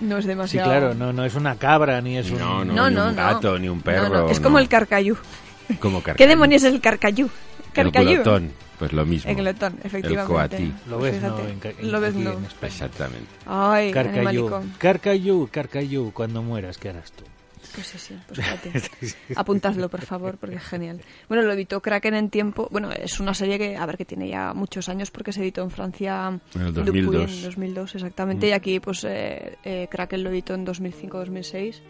B: no es
C: Sí,
B: demasiado...
C: claro, no, no es una cabra ni es un.
D: No,
B: No,
D: ni
B: no, no.
D: un gato, ni un perro,
B: No, no, Es
D: no.
B: como el carcayú.
D: Como carcayú.
B: ¿Qué demonios es el carcayú?
D: El
B: Carcayú.
D: glotón, pues lo mismo.
B: El glotón,
D: El
B: efectivamente.
D: coatí.
C: Lo
B: Pues
C: ves, no.
B: fíjate,
C: En, ca- en-
B: lo ves,
C: aquí
B: no.
C: en este España.
D: Exactamente.
B: Ay,
C: Carcayú,
B: animalico.
C: Carcayú, Carcayú, cuando mueras, ¿qué harás tú?
B: Pues sí, sí, pues
D: [LAUGHS]
B: fíjate. Apuntadlo, por favor, porque es genial. Bueno, lo editó Kraken en tiempo. Bueno, es una serie que, a ver, que tiene ya muchos años porque se editó en Francia
D: En el
B: Dupuy
D: 2002.
B: en 2002,
D: Mm.
B: exactamente. Y aquí, pues, eh, eh, Kraken lo editó en 2005-2006.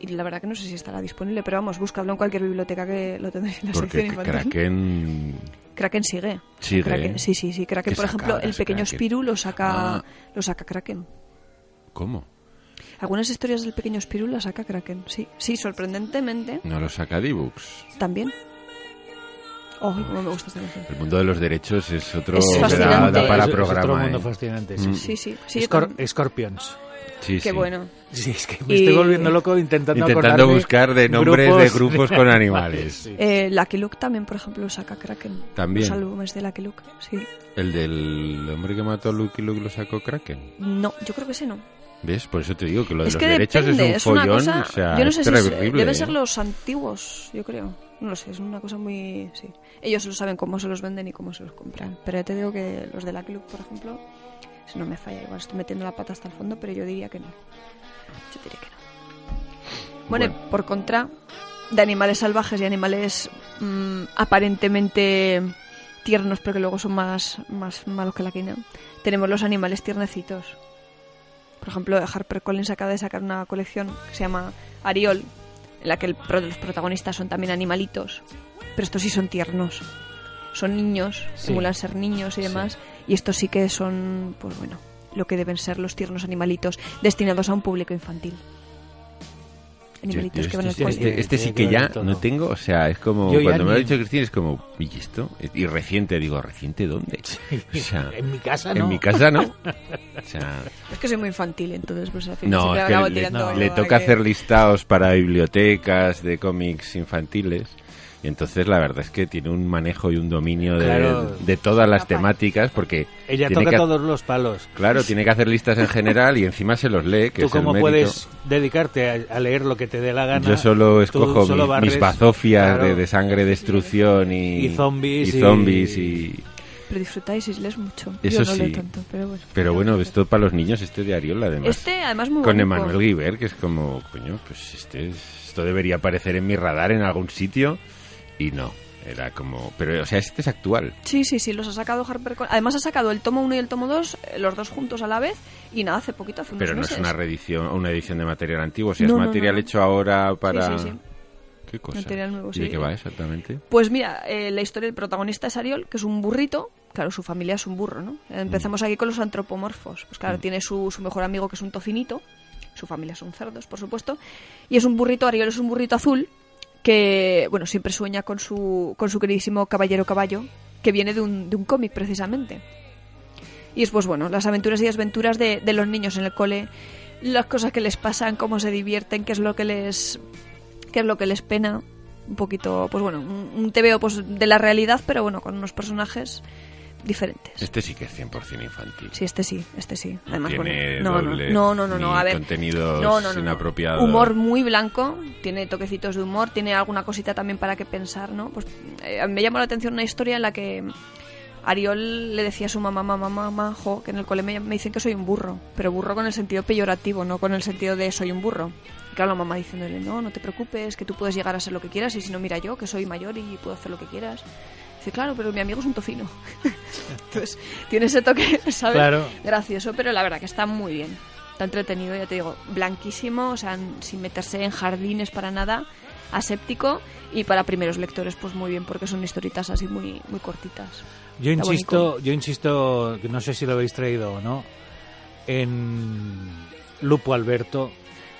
B: Y la verdad que no sé si estará disponible, pero vamos, búscalo en cualquier biblioteca que lo tendréis en la
D: Porque
B: sección
D: que
B: infantil.
D: Kraken...
B: Kraken sigue.
D: Sigue.
B: Kraken- sí, sí, sí. Kraken,
D: ¿Qué
B: por
D: saca
B: ejemplo,
D: ahora
B: el
D: ese
B: pequeño
D: Kraken?
B: Spiru lo saca,
D: Ah.
B: lo saca Kraken.
D: ¿Cómo?
B: Algunas historias del pequeño Spiru las saca Kraken, sí. Sí, sorprendentemente.
D: No lo saca D-Books.
B: También. Oh, cómo me gusta esta canción.
D: El mundo de los derechos es otro...
B: Es
D: da- Da,
B: fascinante.
D: para
C: Es- es
D: programa,
C: otro mundo
D: ¿eh?
C: fascinante. sí,
D: Mm.
B: Sí,
C: sí.
B: sí. sí yo
C: Scor-
B: también.
C: Scorpions.
D: Sí,
B: Qué
D: eh, sí.
B: bueno.
C: Sí, es que me
B: Y-
C: estoy volviendo loco intentando
D: Intentando
C: acordarme
D: buscar de nombres de grupos con animales.
C: [LAUGHS] Sí.
B: Eh, Lucky Luke también, por ejemplo, saca Kraken.
D: También.
B: Los álbumes de Lucky Luke, sí.
D: El del hombre que mató a Luke y Luke lo sacó Kraken.
B: No, yo creo que ese no.
D: ¿Ves? Por eso te digo que lo de
B: es
D: los
B: que
D: derechos
B: depende,
D: es un follón.
B: una cosa...
D: o sea,
B: yo no sé
D: es
B: si es-
D: terrible,
B: deben
D: ¿eh?
B: ser los antiguos, yo creo. No lo sé, es una cosa muy... Sí. Ellos lo saben cómo se los venden y cómo se los compran. Pero ya te digo que los de Lucky Luke, por ejemplo, si no me falla, igual estoy metiendo la pata hasta el fondo, pero yo diría que no. Yo diría que no. Bueno,
D: Bueno.
B: por contra, de animales salvajes y animales mm, aparentemente tiernos, pero que luego son más, más malos que la quina, tenemos los animales tiernecitos. Por ejemplo, HarperCollins acaba de sacar una colección que se llama Ariol, en la que el pro- los protagonistas son también animalitos, pero estos sí son tiernos. Son niños,
C: Sí.
B: simulan ser niños y demás, y estos sí que son, pues bueno, lo que deben ser los tiernos animalitos destinados a un público infantil.
D: Yo- yo
B: Animalitos que van al
D: este,
C: al
D: este-
C: colegio.
D: este sí
C: Tiene
D: que
C: que
D: ya
C: ver todo.
D: no tengo, o sea, es como
C: Yo ya
D: cuando me lo ha
C: ni-
D: dicho Cristina es como, ¿y esto? Y reciente, digo, ¿reciente dónde? O sea,
C: [LAUGHS] en mi casa no.
D: en mi casa no. O sea,
B: Es que soy muy infantil, entonces pues al final
D: no,
B: siempre
D: es que
B: acabo
D: le,
B: tirando
D: le
B: algo a
D: toca
B: que-
D: hacer listados para bibliotecas de cómics infantiles. Y entonces la verdad es que tiene un manejo y un dominio de,
C: Claro.
D: de todas las
B: Papá.
D: temáticas porque
C: Ella
D: tiene
C: toca
D: que-
C: todos los palos.
D: Claro, tiene que hacer listas en general y encima se los lee, que
C: Tú
D: es el
C: cómo
D: mérito.
C: puedes dedicarte a, a leer lo que te dé la gana.
D: Yo solo
C: Tú
D: escojo
C: solo
D: mi-
C: barres,
D: mis bazofias
C: claro.
D: de, de sangre, destrucción y,
C: Y zombies
D: y
C: y-
D: zombies y-
B: Pero disfrutáis y lees mucho.
D: Eso
B: Yo no
D: sí.
B: leo tanto, pero bueno.
D: Pero bueno, esto para los niños, este de Ariola además.
B: Este además muy
D: con
B: bonito.
D: Emanuel Guiber, que es como, coño, pues este, es- esto debería aparecer en mi radar en algún sitio y no. Era como, pero o sea, este es actual.
B: Sí, sí, sí, los ha sacado Harper. Además ha sacado el tomo 1 y el tomo 2, los dos juntos a la vez, y nada, hace poquito, hace unos
D: Pero no
B: meses.
D: es una reedición, una edición de material antiguo, o sea,
B: No,
D: es
B: no,
D: material
B: no.
D: hecho ahora para...
B: Sí, sí, sí.
D: ¿Qué cosa?
B: Material nuevo,
D: ¿De
B: sí.
D: qué va exactamente?
B: Pues mira, eh, la historia del protagonista es Ariol, que es un burrito Claro, su familia es un burro, ¿no?
D: Mm.
B: Empezamos aquí con los antropomorfos. Pues claro, tiene su, su mejor amigo que es un tocinito, su familia son cerdos, por supuesto, y es un burrito, Ariel es un burrito azul, que, bueno, siempre sueña con su, con su queridísimo caballero caballo, que viene de un, de un cómic precisamente. Y después, bueno, las aventuras y desventuras de, de los niños en el cole, las cosas que les pasan, cómo se divierten, qué es lo que les, qué es lo que les pena. Un poquito, pues bueno, un, un TVO pues, de la realidad, pero bueno, con unos personajes diferentes.
D: Este sí que es 100% infantil.
B: Sí, este sí, este sí.
D: No
B: Además,
D: tiene
B: bueno, no,
D: doble
B: no, no, no, no,
D: ni
B: no, a ver.
D: contenidos
B: no, no, no, no.
D: inapropiados.
B: Humor muy blanco, tiene toquecitos de humor, tiene alguna cosita también para que pensar, ¿no? Pues eh, me llamó la atención una historia en la que Ariol le decía a su mamá, mamá, mamá, jo, que en el cole me, me dicen que soy un burro, pero burro con el sentido peyorativo, no con el sentido de soy un burro. Y claro, la mamá diciéndole, no, no te preocupes, que tú puedes llegar a ser lo que quieras y si no, mira yo, que soy mayor y puedo hacer lo que quieras. Dice, claro, pero mi amigo es un tocino. [LAUGHS] Entonces, tiene ese toque, [LAUGHS] ¿sabes?
C: Claro.
B: Gracioso, pero la verdad que está muy bien. Está entretenido, ya te digo, blanquísimo, o sea, n- sin meterse en jardines para nada, aséptico y para primeros lectores, pues muy bien, porque son historitas así muy, muy cortitas.
C: Yo
B: Está
C: insisto, yo insisto, que no sé si lo habéis traído o no, en Lupo Alberto.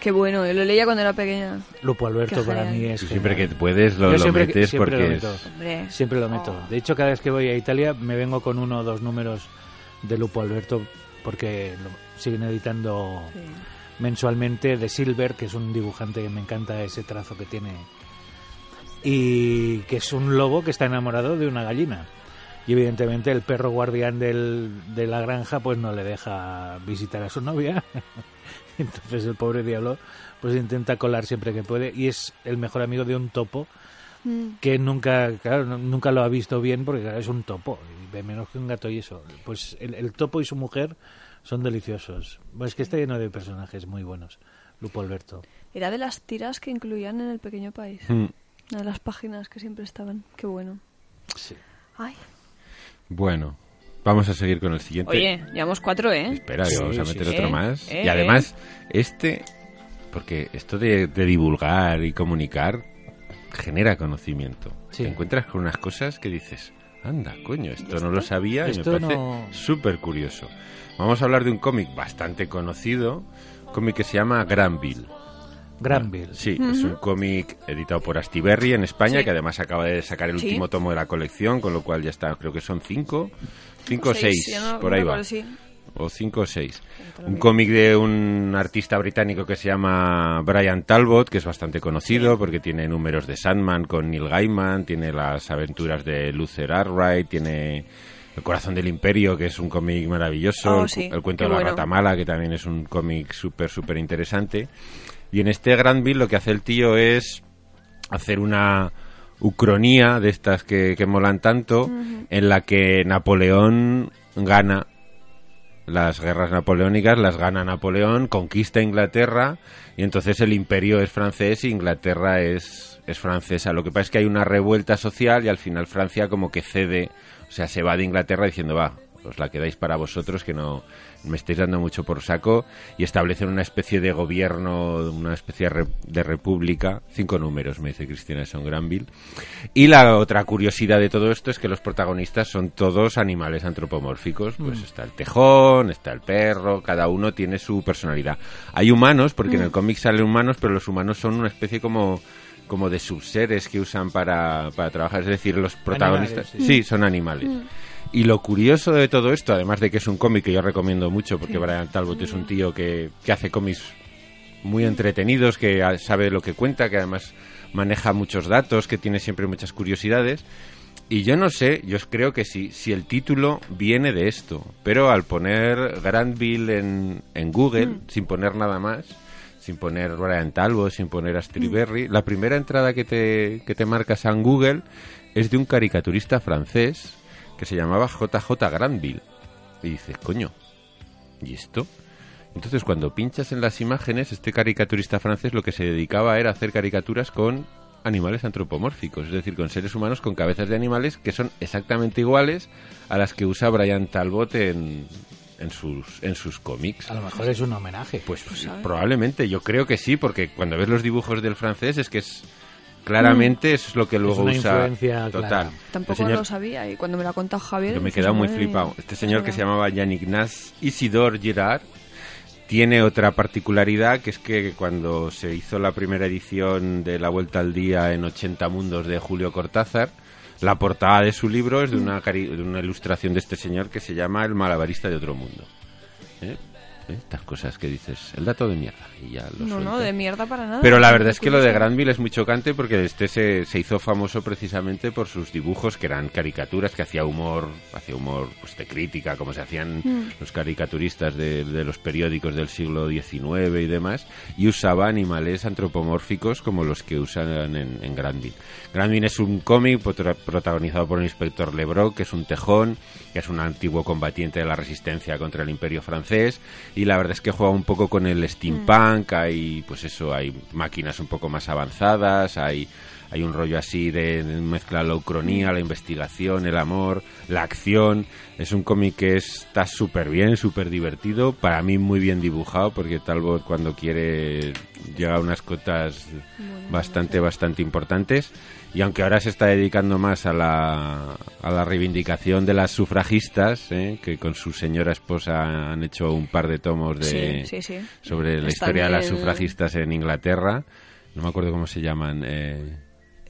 B: Qué bueno, yo lo leía cuando era pequeña.
C: Lupo Alberto
B: Qué
C: para
B: genial.
C: mí es...
D: Tú siempre que
C: genial.
D: puedes lo,
C: Yo
D: lo
C: siempre que-
D: metes
C: siempre
D: porque
C: lo
D: es-
C: meto.
B: Hombre,
C: Siempre lo meto.
B: Oh.
C: De hecho, cada vez que voy a Italia me vengo con uno o dos números de Lupo Alberto porque lo siguen editando
B: sí.
C: mensualmente de Silver, que es un dibujante que me encanta ese trazo que tiene. Y que es un lobo que está enamorado de una gallina. Y evidentemente el perro guardián del- de la granja pues no le deja visitar a su novia. [LAUGHS] Entonces el pobre diablo pues intenta colar siempre que puede y es el mejor amigo de un topo
B: Mm.
C: que nunca, claro, no- nunca lo ha visto bien porque claro, es un topo, y ve menos que un gato y eso. Pues el, el topo y su mujer son deliciosos. Pues es que está lleno de personajes muy buenos. Lupo Alberto.
B: Era de las tiras que incluían en el pequeño país.
D: Mm.
B: Una de las páginas que siempre estaban. Qué bueno. Ay.
D: Bueno, vamos a seguir con el siguiente.
B: Oye, llevamos cuatro, ¿eh?
D: Espera, que
C: Sí,
D: vamos a meter
C: sí,
D: otro
B: sí.
D: más.
B: Eh,
D: y además, este, porque esto de, de divulgar y comunicar genera conocimiento.
C: Sí.
D: Te encuentras con unas cosas que dices, anda, coño, esto no lo sabía y me
C: Esto
D: parece
C: no-
D: súper curioso. Vamos a hablar de un cómic bastante conocido, cómic que se llama Granville.
C: Granville.
D: Sí, es un cómic editado por Astiberri en España,
B: Sí.
D: que además acaba de sacar el
B: Sí.
D: último tomo de la colección, con lo cual ya está, creo que son cinco, cinco o
B: Seis,
D: seis,
B: ya no-
D: por
B: no
D: ahí
B: me
D: va
B: acuerdo, sí.
D: o 5 o 6.
B: Entra
D: Un
B: bien.
D: cómic de un artista británico que se llama Brian Talbot, que es bastante conocido porque tiene números de Sandman con Neil Gaiman, tiene las aventuras de Luther Arkwright, tiene El corazón del imperio, que es un cómic maravilloso,
B: Oh,
D: el, cu-
B: sí,
D: el cuento
B: qué
D: de la
B: bueno.
D: rata mala, que también es un cómic súper, súper interesante. Y en este Granville lo que hace el tío es hacer una ucronía de estas que, que molan tanto, en la que Napoleón gana las guerras napoleónicas, las gana Napoleón, conquista Inglaterra y entonces el imperio es francés y Inglaterra es, es francesa. Lo que pasa es que hay una revuelta social y al final Francia como que cede, o sea, se va de Inglaterra diciendo, va, os la quedáis para vosotros que no me estáis dando mucho por saco y establecen una especie de gobierno, una especie de re- de república, cinco números, me dice Cristina Son Granville. Y la otra curiosidad de todo esto es que los protagonistas son todos animales antropomórficos. Pues está el tejón, está el perro, cada uno tiene su personalidad. Hay humanos, porque en el cómic salen humanos, pero los humanos son una especie como como de subseres que usan para, para trabajar. Es decir, los protagonistas...
C: Animales,
D: sí. son animales. Y lo curioso de todo esto, además de que es un cómic que yo recomiendo mucho, porque Brian Talbot es un tío que, que hace cómics muy entretenidos, que a- sabe lo que cuenta, que además maneja muchos datos, que tiene siempre muchas curiosidades. Y yo no sé, yo creo que sí, si el título viene de esto, pero al poner Granville en, en Google, sin poner nada más, sin poner Brian Talbot, sin poner Astriberry, la primera entrada que te, que te marcas en Google es de un caricaturista francés que se llamaba JJ Granville. Y dices, coño, ¿y esto? Entonces, cuando pinchas en las imágenes, este caricaturista francés lo que se dedicaba era hacer caricaturas con animales antropomórficos, es decir, con seres humanos con cabezas de animales que son exactamente iguales a las que usa Brian Talbot en, en sus, en sus cómics.
C: A lo mejor es un homenaje.
D: Pues, probablemente, yo creo que sí, porque cuando ves los dibujos del francés es que es Claramente eso es lo que luego
C: una
D: usa.
C: influencia
D: total.
C: clara.
B: Tampoco
D: El señor-
B: lo sabía y cuando me lo ha contado Javier...
D: Yo me he
B: dices,
D: quedado muy
B: madre mía,
D: flipado. Este
B: es
D: señor que se
B: verdad.
D: llamaba Jean Ignace Isidore Girard tiene otra particularidad que es que cuando se hizo la primera edición de La Vuelta al Día en 80 Mundos de Julio Cortázar, la portada de su libro es de una, cari- de una ilustración de este señor que se llama El Malabarista de Otro Mundo. ¿Eh? ¿Eh? Estas cosas que dices, el dato de mierda. Y ya lo
B: No, no,
D: suelto.
B: de mierda para nada.
D: Pero la verdad es que lo de
B: Curioso.
D: Granville es muy chocante porque este se, se hizo famoso precisamente por sus dibujos que eran caricaturas, que hacía humor, hacía humor pues, de crítica, como se hacían los caricaturistas de, de los periódicos del siglo XIX y demás, y usaba animales antropomórficos como los que usan en, en Granville. Granville es un cómic potra- protagonizado por el inspector Lebrock, que es un tejón, que es un antiguo combatiente de la resistencia contra el imperio francés, y la verdad es que juega un poco con el steampunk, hay pues eso, hay máquinas un poco más avanzadas, hay hay un rollo así de de mezcla la ucronía, la investigación, el amor, la acción. Es un cómic que está súper bien, súper divertido, para mí muy bien dibujado, porque Talbot cuando quiere llega a unas cotas bastante, bastante importantes. Y aunque ahora se está dedicando más a la, a la reivindicación de las sufragistas, ¿eh? que con su señora esposa han hecho un par de tomos de,
B: Sí, sí, sí.
D: sobre la
B: Están
D: historia de las
B: en-
D: sufragistas en Inglaterra. No me acuerdo cómo se llaman. eh,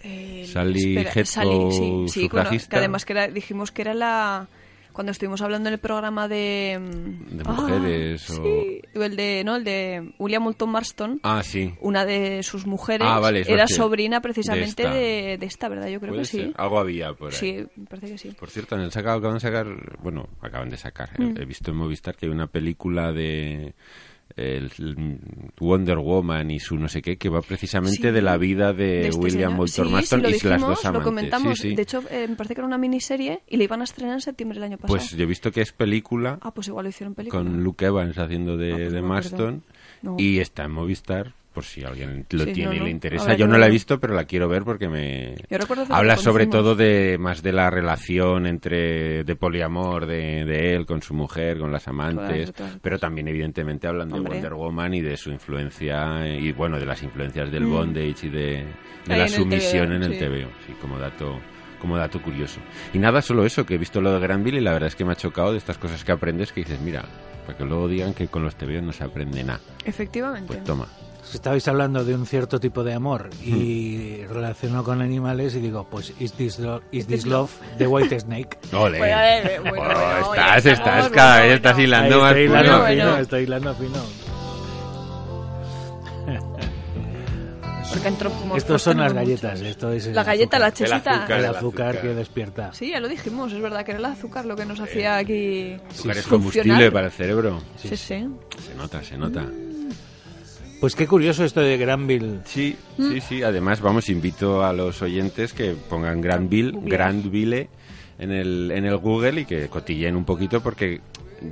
B: Eh,
D: Sally
B: espera,
D: Hedco,
B: sí, sí, bueno, que
D: sufragista.
B: además que era- dijimos que era la... Cuando estuvimos hablando en el programa de... mm,
D: De mujeres o-
B: sí, el de, no, el de William Moulton Marston,
D: Ah, sí.
B: una de sus mujeres,
D: Ah, vale, es
B: era
D: verdad.
B: sobrina precisamente
D: De
B: de
D: esta.
B: de esta, ¿verdad? Yo creo
D: Puede
B: que sí.
D: ser. Algo había por ahí.
B: Sí, me parece que sí.
D: Por cierto, han sacado, acaban de sacar, bueno, acaban de sacar. He-
B: Mm.
D: He, visto en Movistar que hay una película de el- el Wonder Woman y su no sé qué que va precisamente
B: Sí.
D: de la vida de,
B: De este
D: William
B: señor.
D: Moulton
B: Sí,
D: Marston
B: sí, lo
D: y las
B: dijimos,
D: dos amantes.
B: Lo comentamos.
D: Sí, sí.
B: De hecho, eh, me parece que era una miniserie y la iban a estrenar en septiembre del año pasado.
D: pues yo he visto que es película
B: ah, pues igual lo hicieron película.
D: con Luke Evans haciendo de,
B: Ah, pues
D: de
B: no me acuerdo.
D: Marston
B: No.
D: y está en Movistar por si alguien lo
B: Sí,
D: tiene
B: no,
D: y
B: no.
D: le interesa.
B: Habrá
D: yo
B: que
D: no la he
B: verlo.
D: visto, pero la quiero ver porque me
B: Yo recuerdo que
D: habla
B: lo
D: sobre
B: conocimos.
D: todo de más de la relación entre de poliamor de, de él con su mujer, con las amantes,
B: Claro, claro.
D: pero también evidentemente hablan de
B: Hombre.
D: Wonder Woman y de su influencia eh, y bueno, de las influencias
B: Mm.
D: del bondage y de, de
B: Ahí
D: la
B: en el
D: sumisión
B: TVO,
D: en el
B: sí.
D: TVO, sí, como dato como dato curioso. Y nada, solo eso, que he visto lo de Granville y la verdad es que me ha chocado de estas cosas que aprendes que dices, mira, para que luego digan que con los TVO no se aprende nada.
B: Efectivamente.
D: Pues toma.
C: Si Estabais hablando de un cierto tipo de amor y relacionado con animales y digo, pues Is This, Lo- Is This Love de White Snake.
D: ¡Ole!
B: Pues, a
D: [LAUGHS]
B: ver, bueno,
D: Oh,
B: bueno, ya estamos,
D: estás, estás,
B: bueno,
D: cada vez
B: bueno.
D: estás
C: Ahí
D: hilando más
C: Está hilando
D: fino.
C: fino,
B: Bueno.
C: está hilando fino.
B: Porque antropomorfos
C: Estos son las
B: tenemos
C: galletas,
B: muchos.
C: esto es el
B: La galleta, la
C: azúcar.
D: El
B: chesita.
D: azúcar.
C: El
D: El
C: azúcar que
D: azúcar.
C: despierta.
B: Sí, ya lo dijimos, es verdad que era el azúcar lo que nos hacía aquí.
D: Azúcar es
B: funcionar.
D: combustible para el cerebro.
B: Sí, sí.
D: Se nota, se nota.
C: Pues qué curioso esto de Granville.
D: Sí, sí, sí. Además, vamos, invito a los oyentes que pongan Granville,
B: Google.
D: Granville en el, en el Google y que cotilleen un poquito porque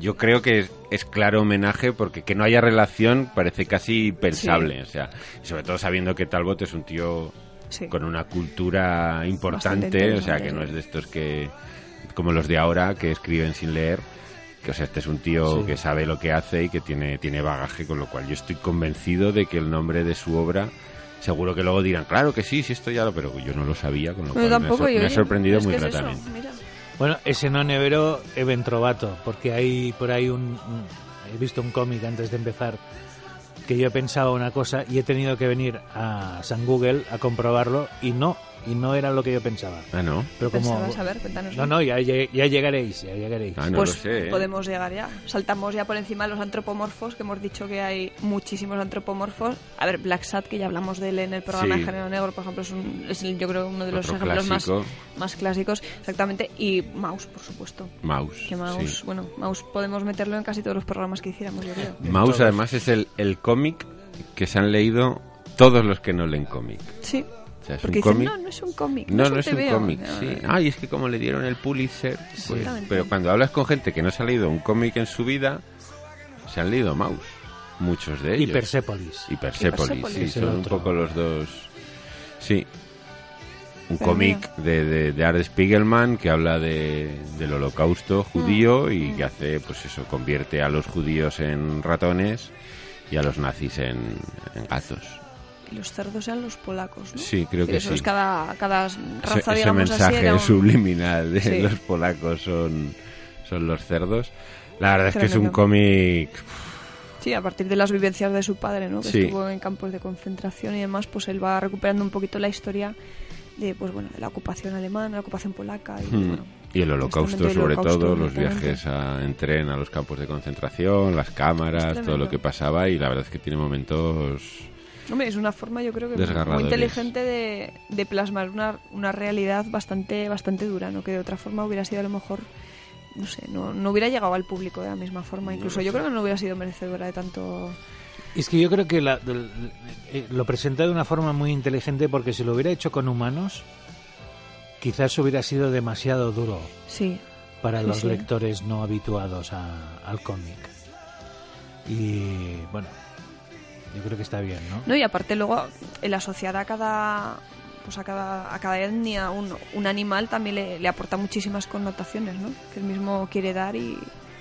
D: yo creo que es, es claro homenaje porque que no haya relación parece casi pensable. O sea, y sobre todo sabiendo que Talbot es un tío
B: sí.
D: con una cultura importante,
B: Bastante
D: o sea, que
B: interesante,
D: no
B: sí.
D: es de estos que, como los de ahora, que escriben sin leer. Que, o sea, este es un tío
C: Sí.
D: que sabe lo que hace y que tiene, tiene bagaje, con lo cual yo estoy convencido de que el nombre de su obra, seguro que luego dirán, claro que sí, sí, esto ya lo, pero yo no lo sabía, con
B: Yo
D: lo cual me ha
B: tampoco,
D: sor- me ha,
B: yo-
D: sorprendido
B: es
D: muy
B: que es eso,
D: gratamente.
B: mira.
C: Bueno, ese no nevero Eventrovato, porque hay por ahí un... un- He visto un cómic antes de empezar que yo pensaba una cosa y he tenido que venir a San Google a comprobarlo y no, y no era lo que yo pensaba.
D: Ah, no,
C: Pero como...
B: Pensabas, a ver, cuéntanos.
C: No, no, ya, ya- ya llegaréis, ya llegaréis.
D: ah, no
B: pues
D: lo sé. ¿eh?
B: podemos llegar ya. Saltamos ya por encima de los antropomorfos, que hemos dicho que hay muchísimos antropomorfos. A ver, Black Sat, que ya hablamos de él en el programa
D: Sí.
B: de Género Negro, por ejemplo, es, un- es el- yo creo uno de los
D: Otro
B: ejemplos más,
D: clásico.
B: más clásicos. Exactamente. Y Mouse, por supuesto.
D: Mouse.
B: Que Mouse,
D: sí.
B: bueno, Mouse podemos meterlo en casi todos los programas que hiciéramos, yo creo.
D: Mouse
C: Todos.
D: además es el, el cómic que se han leído todos los que no leen cómic.
B: Sí.
D: O sea, es
B: Porque
D: un
B: dicen,
D: cómic
B: no, no es un cómic.
D: No,
B: un
D: no es un
B: TVO".
D: cómic,
B: No,
D: sí.
B: no, no.
D: Ay, es que como le dieron el Pulitzer, pues,
B: Exactamente.
D: pero cuando hablas con gente que no se ha leído un cómic en su vida, se han leído Mouse, muchos de
C: Y
D: ellos.
C: Persepolis.
D: Y Persepolis,
B: Y Persepolis.
D: sí,
C: Es el
D: son un
C: otro.
D: poco los dos. Sí. Un
B: Pero
D: cómic de, de, de Art Spiegelman que habla de, del holocausto judío
B: Mm,
D: y que hace, pues eso, convierte a los judíos en ratones y a los nazis en, en gatos.
B: que los cerdos eran los polacos, ¿no?
D: Sí, creo que
B: eso
D: sí.
B: es cada, cada
D: Ese-
B: raza,
D: ese,
B: digamos así,
D: mensaje
B: era un-
D: subliminal de
B: Sí.
D: los polacos son, son los cerdos. La verdad es que es un
B: Tremendo.
D: cómic
B: Sí, a partir de las vivencias de su padre, ¿no? Que
D: Sí.
B: estuvo en campos de concentración y demás, pues él va recuperando un poquito la historia de, pues bueno, de la ocupación alemana, la ocupación polaca y,
D: Hmm.
B: bueno,
D: Y el holocausto,
B: justamente el
D: sobre
B: holocausto,
D: todo, los
B: exactamente.
D: viajes a- en tren a los campos de concentración, las
B: Es
D: cámaras,
B: tremendo.
D: todo lo que pasaba. Y la verdad es que tiene momentos.
B: Hombre, es una forma, yo creo que muy
D: Desgarradores.
B: inteligente de, de plasmar una, una realidad bastante, bastante dura, ¿no? Que de otra forma hubiera sido a lo mejor, no sé, no, no hubiera llegado al público de la misma forma. Incluso yo creo que no hubiera sido merecedora de tanto...
C: Es que yo creo que la- del- eh, lo presenta de una forma muy inteligente porque si lo hubiera hecho con humanos, quizás hubiera sido demasiado duro
B: Sí,
C: para
B: Sí,
C: los
B: sí.
C: lectores no habituados a- al cómic. Y bueno, yo creo que está bien, ¿no?
B: No, y aparte luego el asociar a cada pues a cada, a cada etnia un, un animal también le, le aporta muchísimas connotaciones, ¿no? Que el mismo quiere dar y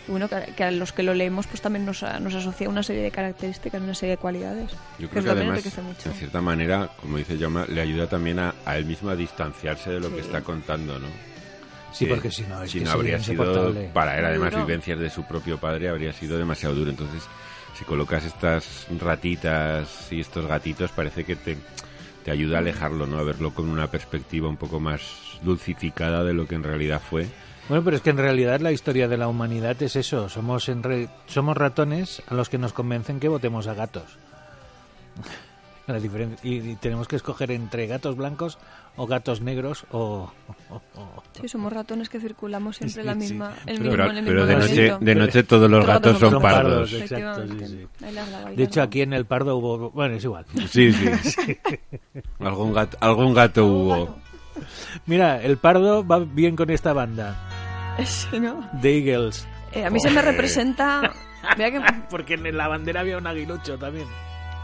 B: y bueno, que, que a los que lo leemos pues también nos, a- nos asocia una serie de características, una serie de cualidades.
D: Yo
B: eso
D: creo que
B: también
D: además,
B: enriquece mucho.
D: en cierta manera, como dice Jaume, le ayuda también a, a él mismo a distanciarse de lo que
B: Sí.
D: está contando, ¿no?
C: Sí,
D: Que
C: porque si no, es
D: si
C: que
D: no
C: sería
D: habría sido
C: insoportable.
D: para él,
B: Muy
D: además,
B: duro.
D: vivencias de su propio padre habría sido demasiado duro. Entonces, si colocas estas ratitas y estos gatitos, parece que te, te ayuda a alejarlo, ¿no? A verlo con una perspectiva un poco más dulcificada de lo que en realidad fue.
C: Bueno, pero es que en realidad la historia de la humanidad es eso. Somos, en re- somos ratones a los que nos convencen que votemos a gatos. [LAUGHS] La diferen- y, y tenemos que escoger entre gatos blancos o gatos negros o... o- o-
B: Sí, somos ratones que circulamos siempre
C: Sí,
B: la
C: sí.
B: misma, el
C: Pero-
B: mismo
D: Pero,
B: en el
D: pero
B: mismo
D: de, noche,
B: laberinto.
D: de noche todos los
B: Todos
D: gatos
B: son
D: son
C: pardos.
D: pardos.
C: Exacto, sí,
B: Efectivamente. Ahí las la
C: De hecho,
B: bailan.
C: aquí en el Pardo hubo... Bueno, es igual.
D: Sí, [LAUGHS] sí. algún, gato, algún gato hubo.
C: Mira, el Pardo va bien con esta banda.
B: [LAUGHS] Sí, ¿no?
C: The Eagles.
B: Eh, a mí se me representa [LAUGHS] mira que
C: Porque en la bandera había un aguilucho también.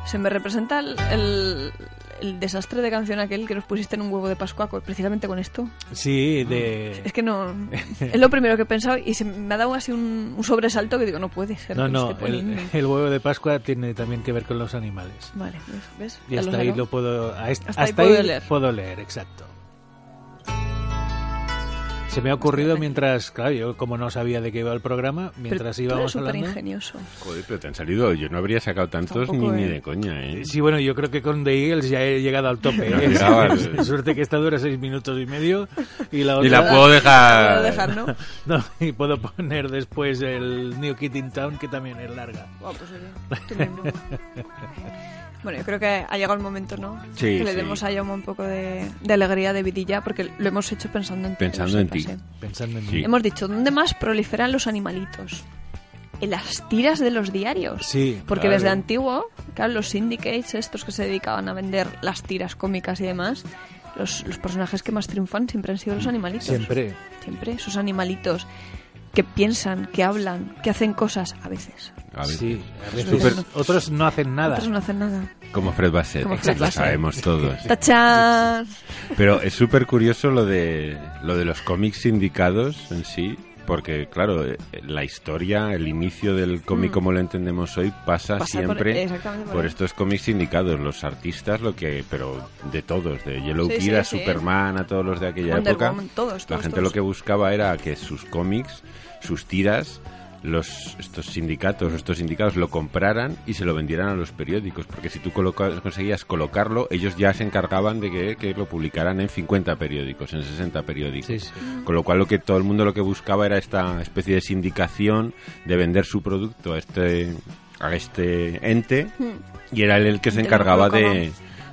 B: Se me representa el, el- el desastre de canción aquel que nos pusiste en un huevo de Pascua, co- precisamente con esto.
C: Sí, de...
B: [LAUGHS] Es que
C: [LAUGHS]
B: no. Es lo primero que he pensado y se me ha dado así un, un sobresalto que digo, no puede ser.
C: No,
B: que este
C: no,
B: esté
C: el,
B: poniendo.
C: el huevo de Pascua tiene también que ver con los animales.
B: Vale, ¿ves? ¿ves?
C: Y
B: Ya lo
C: hasta ahí
B: saco.
C: lo puedo. a est-
B: Hasta ahí puedo leer.
C: puedo leer, exacto. Se me ha ocurrido mientras, claro, yo como no sabía de qué iba el programa,
B: Pero
C: mientras
B: tú eres
C: íbamos
B: súper
C: hablando.
B: ingenioso.
D: Joder, pero te han salido. Yo no habría sacado tantos
B: Tampoco,
D: ni, ni
B: eh.
D: de coña, ¿eh?
C: Sí, bueno, yo creo que con The Eagles ya he llegado al tope.
D: No
C: ¿eh? [LAUGHS]
D: llegabas.
C: Suerte que esta dura seis minutos y medio y la otra.
D: Y la puedo
B: Lo voy
D: dejar.
B: a dejar,
D: [LAUGHS]
B: ¿no?
C: [LAUGHS] No, y puedo poner después el New Kid in Town, que también es larga.
B: Buah, pues oye, tú mismo. Bueno, yo creo que ha llegado el momento, ¿no?
D: Sí,
B: que le
D: sí.
B: demos a Jaume un poco de, de alegría, de vidilla, porque lo hemos hecho pensando en ti. que lo
D: Pensando en ti.
B: sepas, ¿eh?
C: Pensando en
D: Sí.
C: mí.
B: Hemos dicho, ¿dónde más proliferan los animalitos? En las tiras de los diarios.
C: Sí,
B: Porque
C: claro.
B: desde antiguo, claro, los syndicates, estos que se dedicaban a vender las tiras cómicas y demás, los, los personajes que más triunfan siempre han sido los animalitos.
C: Siempre.
B: Siempre, esos animalitos que piensan, que hablan, que hacen cosas a veces.
D: A ver,
C: Sí, a veces
D: Súper-
C: otros no hacen nada.
B: Otros no hacen nada.
D: Como Fred Bassett.
B: Como Fred
D: Lo
B: Bassett. [LAUGHS]
D: sabemos todos.
B: ¡Tachán!
D: Pero es súper curioso lo de, lo de los cómics sindicados en sí, porque claro, eh, la historia, el inicio del cómic como lo entendemos hoy pasa,
B: Mm. Pasa por-
D: siempre
B: exactamente por
D: por
B: ahí.
D: estos cómics sindicados, los artistas, lo que, pero de todos, de Yellow
B: Sí,
D: Kid
B: sí,
D: a
B: sí.
D: Superman, a todos los de aquella
B: Wonder
D: época,
B: Woman, todos,
D: la
B: todos,
D: gente
B: todos.
D: lo que buscaba era que sus cómics, sus tiras, los, estos sindicatos, estos sindicados lo compraran y se lo vendieran a los periódicos, porque si tú coloca- conseguías colocarlo, ellos ya se encargaban de que, que lo publicaran en 50 periódicos, en 60 periódicos.
C: Sí, sí.
D: Con lo cual lo que todo el mundo lo que buscaba era esta especie de sindicación de vender su producto a este a este ente y era él el que se
B: Te lo
D: encargaba de,
B: colocaba.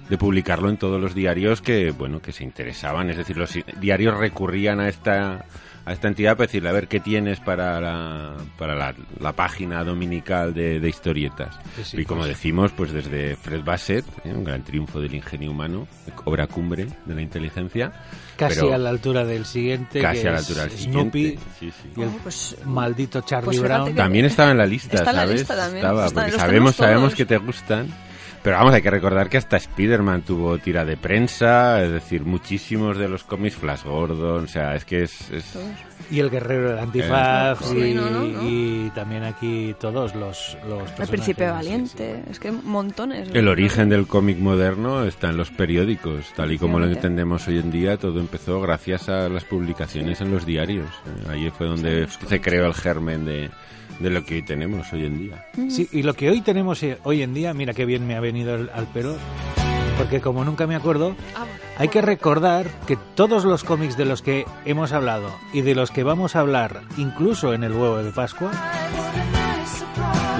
D: de publicarlo en todos los diarios que bueno que se interesaban es decir los si- diarios recurrían a esta a esta entidad para decirle a ver qué tienes para la, para la, la página dominical de, de historietas
C: Sí, sí,
D: y como
C: pues.
D: decimos pues desde Fred Bassett ¿eh? un gran triunfo del ingenio humano obra cumbre de la inteligencia
C: Casi
D: pero-
C: a la altura del siguiente.
D: casi
C: que
D: a la
C: es
D: altura del
C: Snoopy
D: siguiente. Sí, sí.
C: y el
B: Oh, pues,
C: maldito Charlie
B: pues fíjate
C: Brown.
B: que-
D: También estaba en la lista,
B: Está en la
D: ¿sabes?
B: lista también.
D: Estaba,
B: Está-
D: porque
B: los
D: sabemos,
B: tenemos todos.
D: sabemos que te gustan. Pero vamos, hay que recordar que hasta Spider-Man tuvo tira de prensa, es decir, muchísimos de los cómics, Flash Gordon, o sea, es que es, es,
B: Todos.
C: Y el guerrero del antifaz.
B: Eh,
C: y,
B: sí, no, no, no.
C: y también aquí todos los. los
B: El
C: personajes.
B: príncipe valiente, es que montones.
D: El origen del cómic moderno está en los periódicos, tal y como lo
B: Efectivamente.
D: entendemos hoy en día, todo empezó gracias a las publicaciones en los diarios. Eh, Ahí fue donde se creó el germen de, de lo que hoy tenemos hoy en día.
C: Sí, y lo que hoy tenemos eh, hoy en día, mira qué bien me ha venido el- al pelo, porque como nunca me acuerdo,
B: Ah,
C: hay que recordar que todos los cómics de los que hemos hablado y de los que vamos a hablar, incluso en el huevo de Pascua,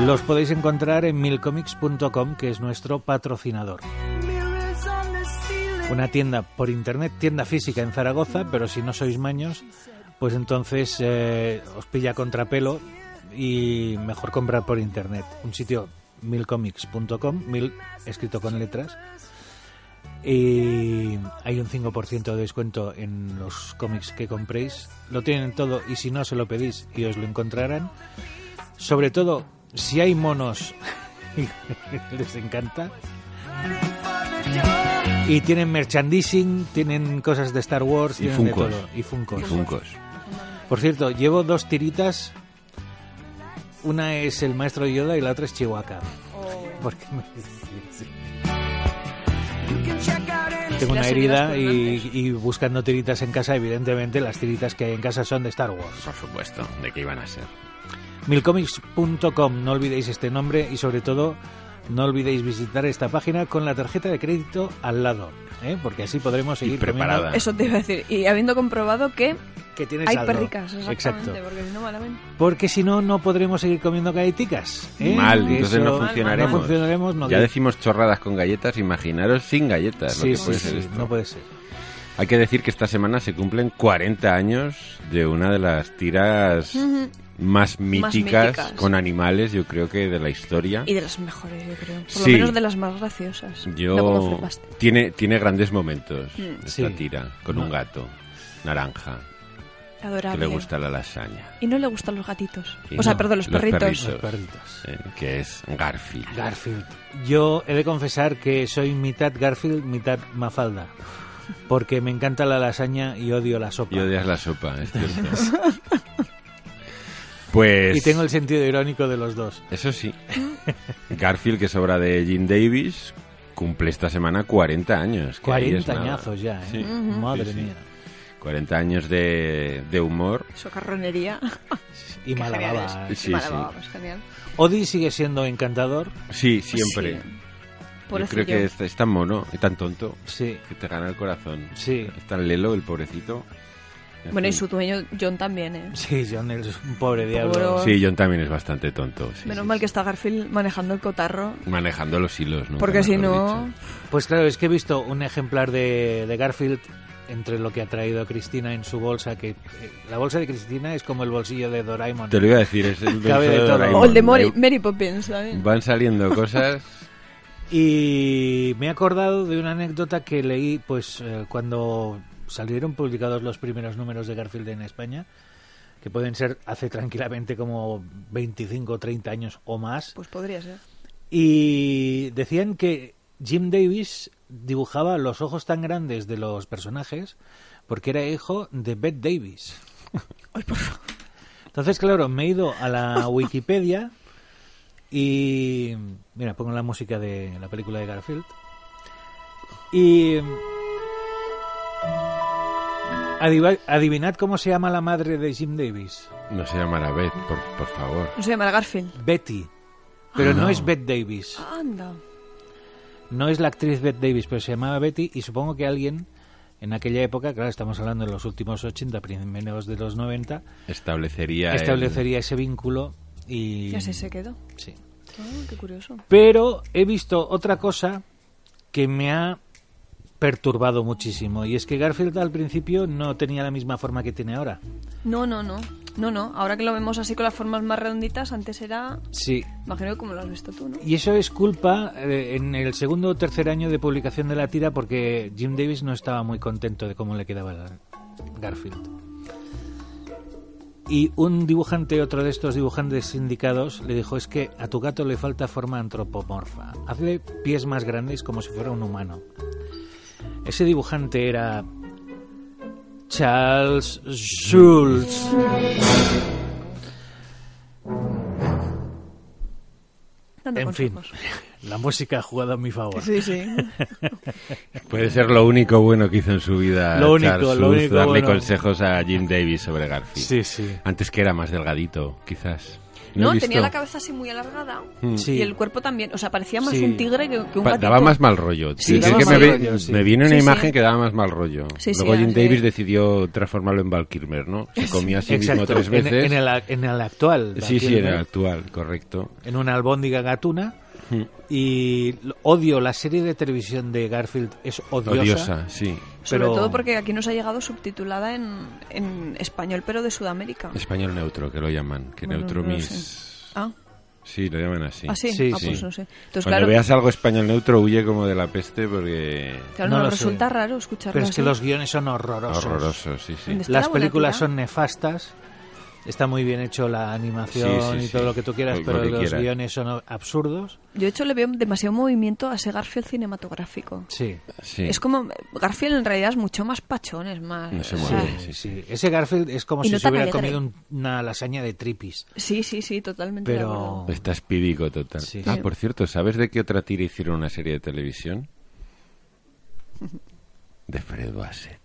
C: los podéis encontrar en milcomics.com, que es nuestro patrocinador. Una tienda por internet, tienda física en Zaragoza, pero si no sois maños, pues entonces eh, os pilla contrapelo y mejor comprar por internet. Un sitio milcomics.com, mil escrito con letras. Y hay un 5% de descuento en los cómics que compréis. Lo tienen todo y si no, se lo pedís y os lo encontrarán. Sobre todo, si hay monos, [LAUGHS] les encanta. Y tienen merchandising, tienen cosas de Star Wars,
D: Y
C: tienen de
D: Funkos.
C: todo. Y Funkos.
D: Y Funkos.
C: Por cierto, llevo dos tiritas. Una es el maestro Yoda y la otra es Chihuahua. [LAUGHS] Porque me- Oh. sí, sí. Tengo una
B: Las
C: herida
B: heridas
C: y, y buscando tiritas en casa, evidentemente las tiritas que hay en casa son de Star Wars.
D: Por supuesto, ¿de qué iban a ser?
C: Milcomics.com, no olvidéis este nombre y sobre todo no olvidéis visitar esta página con la tarjeta de crédito al lado, ¿eh? porque así podremos seguir comiendo
D: preparada.
B: Eso te iba a decir. Y habiendo comprobado que
C: que tienes
B: hay
C: saldo.
B: perricas, exactamente,
C: Exacto.
B: porque si no malamente.
C: Porque si no, no podremos seguir comiendo galletitas. ¿eh?
D: Mal,
C: Que
D: entonces
C: eso-
D: no funcionaremos.
C: No funcionaremos, no.
D: ya decimos chorradas con galletas, imaginaros sin galletas.
C: Sí,
D: lo que
C: sí,
D: puede
C: sí,
D: ser esto.
C: no puede ser.
D: Hay que decir que esta semana se cumplen 40 años de una de las tiras más, míticas
B: míticas.
D: con animales, yo creo que de la historia.
B: Y de las mejores, yo creo. Por
D: Sí.
B: lo menos de las más graciosas.
D: Yo
B: No como flipaste. Mm.
D: tiene tiene grandes momentos esta
C: Sí.
D: tira con un gato naranja que
B: Adorable.
D: le gusta la lasaña,
B: Y no le gustan los gatitos.
D: Y
B: o sea,
D: no,
B: perdón, los,
D: los
B: perritos.
D: perritos.
C: Los perritos.
D: eh, que es Garfield.
C: Garfield. Yo he de confesar que soy mitad Garfield, mitad Mafalda. Porque me encanta la lasaña y odio la sopa.
D: Y odias la sopa, es
C: [LAUGHS]
D: cierto. pues
C: Y tengo el sentido irónico de los dos.
D: eso sí.
B: Mm.
D: [LAUGHS] Garfield que es obra de Jim Davis cumple esta semana 40 años. que ahí
C: 40
D: es nada.
C: añazos ya, ¿eh?
D: Sí,
C: Madre
D: sí, sí.
C: mía.
D: 40 años de, de humor.
B: Socarronería.
C: Y mala
B: genial
C: baba.
D: Sí,
B: Vale,
D: sí.
B: vamos, genial.
C: Odi sigue siendo encantador.
D: Sí, siempre.
B: Pues Sí.
D: Yo
B: Pobrecillo.
D: creo que es, es tan mono y tan tonto
C: Sí.
D: que te gana el corazón.
C: Sí.
D: Es tan lelo el pobrecito. En
B: Bueno, y su
D: fin.
B: dueño John también, ¿eh?
C: Sí, John es un pobre diablo.
B: Pobre.
D: Sí, John también es bastante tonto. sí,
B: Menos
D: sí,
B: mal
D: sí.
B: que está Garfield manejando el cotarro.
D: Manejando los hilos, ¿no?
B: Porque si no-
C: Pues claro, es que he visto un ejemplar de, de Garfield entre lo que ha traído Cristina en su bolsa, que eh, la bolsa de Cristina es como el bolsillo de Doraemon.
D: Te lo iba a decir, es
B: [LAUGHS]
D: el
C: Cabe de
D: beso de
C: todo.
D: Doraemon.
B: O el de Mori-
D: Ahí
B: Mary Poppins, ¿sabes?
D: Van saliendo cosas.
C: Y me he acordado de una anécdota que leí pues eh, cuando salieron publicados los primeros números de Garfield en España, que pueden ser hace tranquilamente como 25 o 30 años o más.
B: Pues podría ser.
C: Y decían que Jim Davis dibujaba los ojos tan grandes de los personajes porque era hijo de Bette Davis. Entonces, claro, me he ido a la Wikipedia y... Mira, pongo la música de la película de Garfield. Y... adiva- Adivinad cómo se llama la madre de Jim Davis.
D: No se llamará Beth, por, por favor.
B: No se llamará Garfield.
C: Betty. Pero no,
D: No.
C: es Bette Davis.
B: Anda.
C: No es la actriz Bette Davis, pero se llamaba Betty y supongo que alguien en aquella época, claro, estamos hablando de los últimos 80, primeros de los 90,
D: Establecería. el-
C: establecería ese vínculo y...
B: Y así se quedó.
C: Sí.
B: Ah, qué curioso.
C: Pero he visto otra cosa que me ha perturbado muchísimo y es que Garfield al principio no tenía la misma forma que tiene ahora.
B: No, no, no. No, no. Ahora que lo vemos así con las formas más redonditas, antes era.
C: Sí.
B: Imagino que como lo has visto tú, ¿no?
C: Y eso es culpa eh, en el segundo o tercer año de publicación de la tira porque Jim Davis no estaba muy contento de cómo le quedaba a Garfield. Y un dibujante, otro de estos dibujantes sindicados, le dijo es que a tu gato le falta forma antropomorfa. Hazle pies más grandes como si fuera un humano. Ese dibujante era Charles Schulz.
B: Dando
C: En fin,
B: consejos.
C: [LAUGHS] la música ha jugado a mi favor.
B: Sí,
C: [LAUGHS]
B: sí.
D: Puede ser lo único bueno que hizo en su vida
C: Lo único,
D: Charles
C: lo
D: Schulz,
C: único
D: darle
C: bueno.
D: consejos a Jim Davis sobre Garfield.
C: Sí, sí.
D: Antes que era más delgadito, quizás.
B: No,
D: he
B: tenía
D: visto?
B: la cabeza así muy alargada
C: Sí.
B: y el cuerpo también. O sea, parecía más
C: Sí.
B: un tigre que, que un
D: Pa-
B: gatito.
D: Daba más mal rollo.
B: Sí,
D: Es
B: daba
D: que
B: mal
D: me,
C: rollo, sí.
D: me viene una
B: Sí, sí.
D: imagen que daba más mal rollo.
B: Sí, sí,
D: Luego Jim
B: así.
D: Davis decidió transformarlo en Val Kilmer, ¿no? Se comía a sí mismo
C: Exacto.
D: tres
C: en, e-
D: veces.
C: en el, en el actual.
D: Sí, sí, en
C: Batman,
D: el actual, correcto.
C: en una albóndiga gatuna.
D: Hmm.
C: Y lo- odio la serie de televisión de Garfield, es odiosa.
D: Odiosa, sí.
B: Sobre
C: pero-
B: todo porque aquí nos ha llegado subtitulada en, en español, pero de Sudamérica.
D: Español neutro, que lo llaman. Que
B: Bueno,
D: neutro
B: no lo
D: mis...
B: Ah,
D: Sí, lo llaman así.
B: ah, sí.
C: Sí,
B: ah,
C: sí.
B: pues no sé. Entonces,
D: Cuando
B: claro,
D: veas algo español neutro, huye como de la peste porque...
B: claro,
C: No
B: nos
C: lo sé.
B: resulta raro escucharlo
C: Pero es que
B: así.
C: los guiones son horrorosos.
D: Horroroso, sí, sí.
B: ¿Dónde está
C: Las
B: la buena
C: películas
B: tira?
C: son nefastas. Está muy bien hecho la animación
D: Sí, sí,
C: y todo
D: sí.
C: lo que tú quieras,
D: Lo- lo
C: pero
D: que
C: los
D: quieras.
C: guiones son absurdos.
B: Yo, de hecho, le veo demasiado movimiento a ese Garfield cinematográfico.
C: Sí.
D: Sí.
B: Es como... Garfield en realidad es mucho más pachón, es más...
D: No se
B: o
D: mueve.
B: sea,
C: Sí,
D: Sí.
C: sí. Ese Garfield es como
B: Y
C: si
B: no
C: se
B: tan
C: hubiera
B: alegre.
C: comido un- una lasaña de tripis.
B: sí, sí, sí, totalmente de
C: Pero.
B: acuerdo.
D: Está espídico total.
C: Sí.
D: Ah,
C: Sí.
D: por cierto, ¿sabes de qué otra tira hicieron una serie de
C: [LAUGHS]
D: televisión? De Fred Bassett.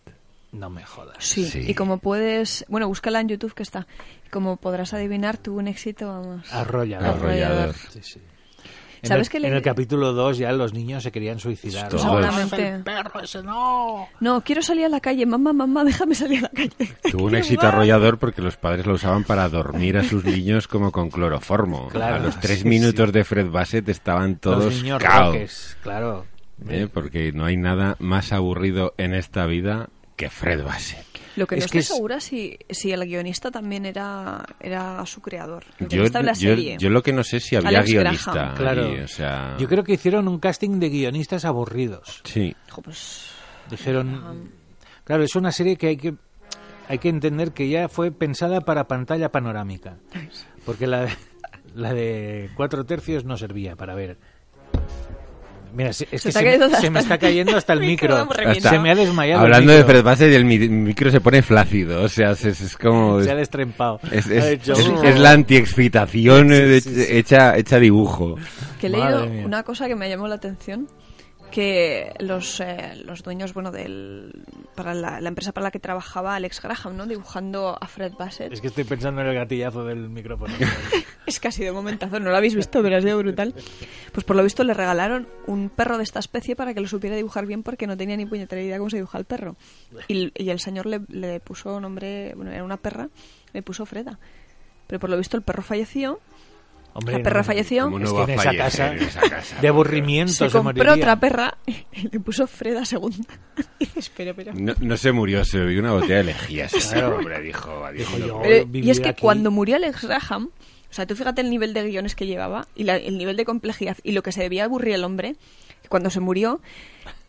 C: No me jodas.
B: Sí.
D: Sí.
B: y como puedes... Bueno, búscala en YouTube que está. Y como podrás adivinar, tuvo un éxito, vamos... Ah,
C: Arrollador.
D: Arrollador.
C: Sí, sí. Ah, En
B: ¿Sabes
C: el,
B: que le- Pues
C: en el capítulo 2 ya los niños se querían suicidar.
D: Todos.
B: Seguramente.
C: el perro ese no!
B: No, quiero salir a la calle. Mamá, mamá, déjame salir a la
C: [LAUGHS]
B: calle.
D: Tuvo
B: [LAUGHS]
D: un
B: Qué
D: éxito
B: guay.
D: arrollador porque los padres lo usaban para dormir a sus niños como con cloroformo.
C: Claro,
D: a los tres
C: sí,
D: minutos de Fred Bassett estaban
C: los
D: todos
C: niños
D: caos.
C: roques, claro.
D: ¿eh? Porque no hay nada más aburrido en esta vida que Fred Bassett.
B: Lo que
C: Es
B: no
C: que
B: estoy
C: es-
B: segura si, si el guionista también era, era su creador. El
D: Yo,
B: guionista de la
D: yo-
B: serie.
D: yo lo que no sé es si había
B: Alex
D: guionista.
B: Graham.
C: Claro.
D: ahí, o sea,
C: Yo creo que hicieron un casting de guionistas aburridos.
D: Sí,
B: Ojo, pues,
C: Dijeron. Claro, es una serie que hay que. Hay que entender que ya fue pensada para pantalla panorámica. Porque la, la de cuatro tercios no servía para ver. Mira, se- es
B: Se
C: que
B: te ha caído
C: se, me- se
B: hasta-
C: me está cayendo hasta [LAUGHS] el
B: el micro,
C: micro.
B: vamos, revienta.
C: Se me ha desmayado. el
D: Hablando de
C: micro.
D: Fred Bassett, el mi- micro se pone flácido. O sea, se- se- es como.
C: Se ha destrempado.
D: Es,
C: Ha
D: es,
C: hecho,
D: es-
C: "Brr".
D: es la antiexcitación eh,
C: sí, sí.
D: Hecha, hecha dibujo.
B: que he
C: Madre
B: leído
C: mía.
B: una cosa que me llamó la atención. Que los, eh, los dueños, bueno, del, para la, la empresa para la que trabajaba Alex Graham, ¿no? Dibujando a Fred Bassett.
C: Es que estoy pensando en el gatillazo del [LAUGHS] micrófono.
B: Es casi de momentazo, no lo habéis visto, pero ha sido brutal. Pues por lo visto le regalaron un perro de esta especie para que lo supiera dibujar bien porque no tenía ni puñetera idea cómo se dibuja el perro. Y, el- y el señor le, le puso nombre, bueno, era una perra, le puso Freda. Pero por lo visto el perro falleció,
C: Hombre,
B: la perra
C: no.
B: falleció,
D: ¿Cómo
C: Es
D: no
C: que
D: va
C: en
D: a
C: esa
D: fallecer
C: casa,
D: en esa
C: [LAUGHS]
D: casa?
C: de aburrimiento
B: se
C: se,
B: compró
C: moriría.
B: otra perra y le puso Freda segunda. [LAUGHS] Y dices, pero, pero...
D: No, no se murió, se bebió una botella de lejía. ese
C: Claro.
D: hombre dijo, adiós.
C: Dijo yo.
B: Pero- y
C: vivir
B: es que
C: aquí.
B: cuando murió Alex Graham, o sea, tú fíjate el nivel de guiones que llevaba y la- el nivel de complejidad y lo que se debía aburrir el hombre, que cuando se murió,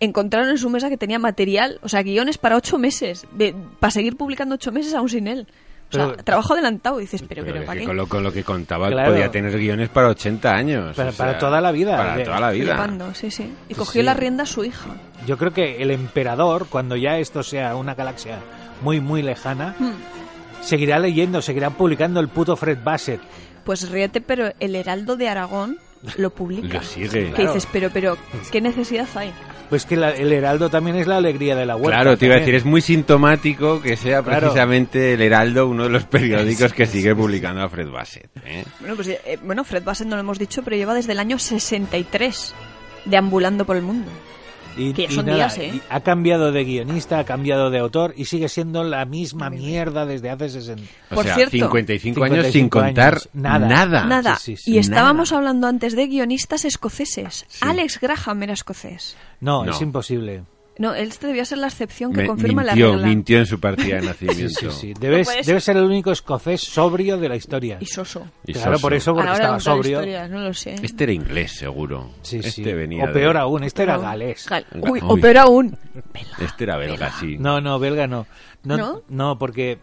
B: encontraron en su mesa que tenía material, o sea, guiones para ocho meses, de- para seguir publicando ocho meses aún sin él. O sea,
C: Pero-
B: trabajo adelantado, y dices, pero,
D: Pero
B: pero,
D: es
B: ¿para
D: que
B: qué?
D: con lo, con lo que contaba
C: Claro.
D: podía tener guiones para 80 años.
C: Para-
D: o sea,
C: para toda la vida.
D: Para
C: De-
D: toda la vida.
B: Flipando, sí, sí. Y
D: Sí,
B: cogió
D: sí.
B: la rienda su hija.
C: Yo creo que el emperador, cuando ya esto sea una galaxia muy, muy lejana, seguirá leyendo, seguirá publicando el puto Fred Bassett.
B: Pues ríete, pero el Heraldo de Aragón lo publica.
D: Lo sigue.
B: que
D: Claro.
B: dices, pero, pero, ¿qué necesidad hay?
C: Pues que la- el heraldo también es la alegría de la web.
D: Claro, te iba a decir, es muy sintomático que sea
C: Claro.
D: precisamente el Heraldo uno de los
C: [LAUGHS]
D: periódicos que sigue publicando a Fred Bassett. ¿eh?
B: Bueno, pues, eh, bueno, Fred Bassett no lo hemos dicho, pero lleva desde el año 63 deambulando por el mundo.
C: Y,
B: que
C: y
B: son
C: nada,
B: días, ¿eh?
C: y ha cambiado de guionista, ha cambiado de autor y sigue siendo la misma mierda desde hace 60.
D: O
B: Por
D: sea,
B: cierto,
D: 55 años sin
C: 55 años,
D: contar
C: nada.
D: nada.
B: Nada.
C: sí, sí, sí,
B: y estábamos
D: nada.
B: hablando antes de guionistas escoceses.
D: Sí.
B: Alex Graham era escocés.
C: No,
D: No.
C: es imposible.
B: No, este debía ser la excepción que
D: Me-
B: confirma
D: mintió,
B: la regla.
D: mintió en su partida de
C: Sí, sí,
D: nacimiento.
C: sí. Debes,
B: puede ser.
C: debes ser el único escocés sobrio de la historia.
B: Y soso.
D: Y
C: claro,
D: soso.
C: por eso, porque
B: Ahora
C: estaba
B: de contar
C: sobrio.
B: historias, no lo sé.
D: Este era inglés, seguro.
C: Sí,
D: este
C: sí.
D: venía
C: o peor
D: de-
C: aún, este era
B: No.
C: galés.
B: Gal-
D: Ga-
B: Uy,
D: Uy.
B: o peor aún.
D: Este era belga, sí.
C: No, no, belga no. no.
B: ¿No?
C: no, porque,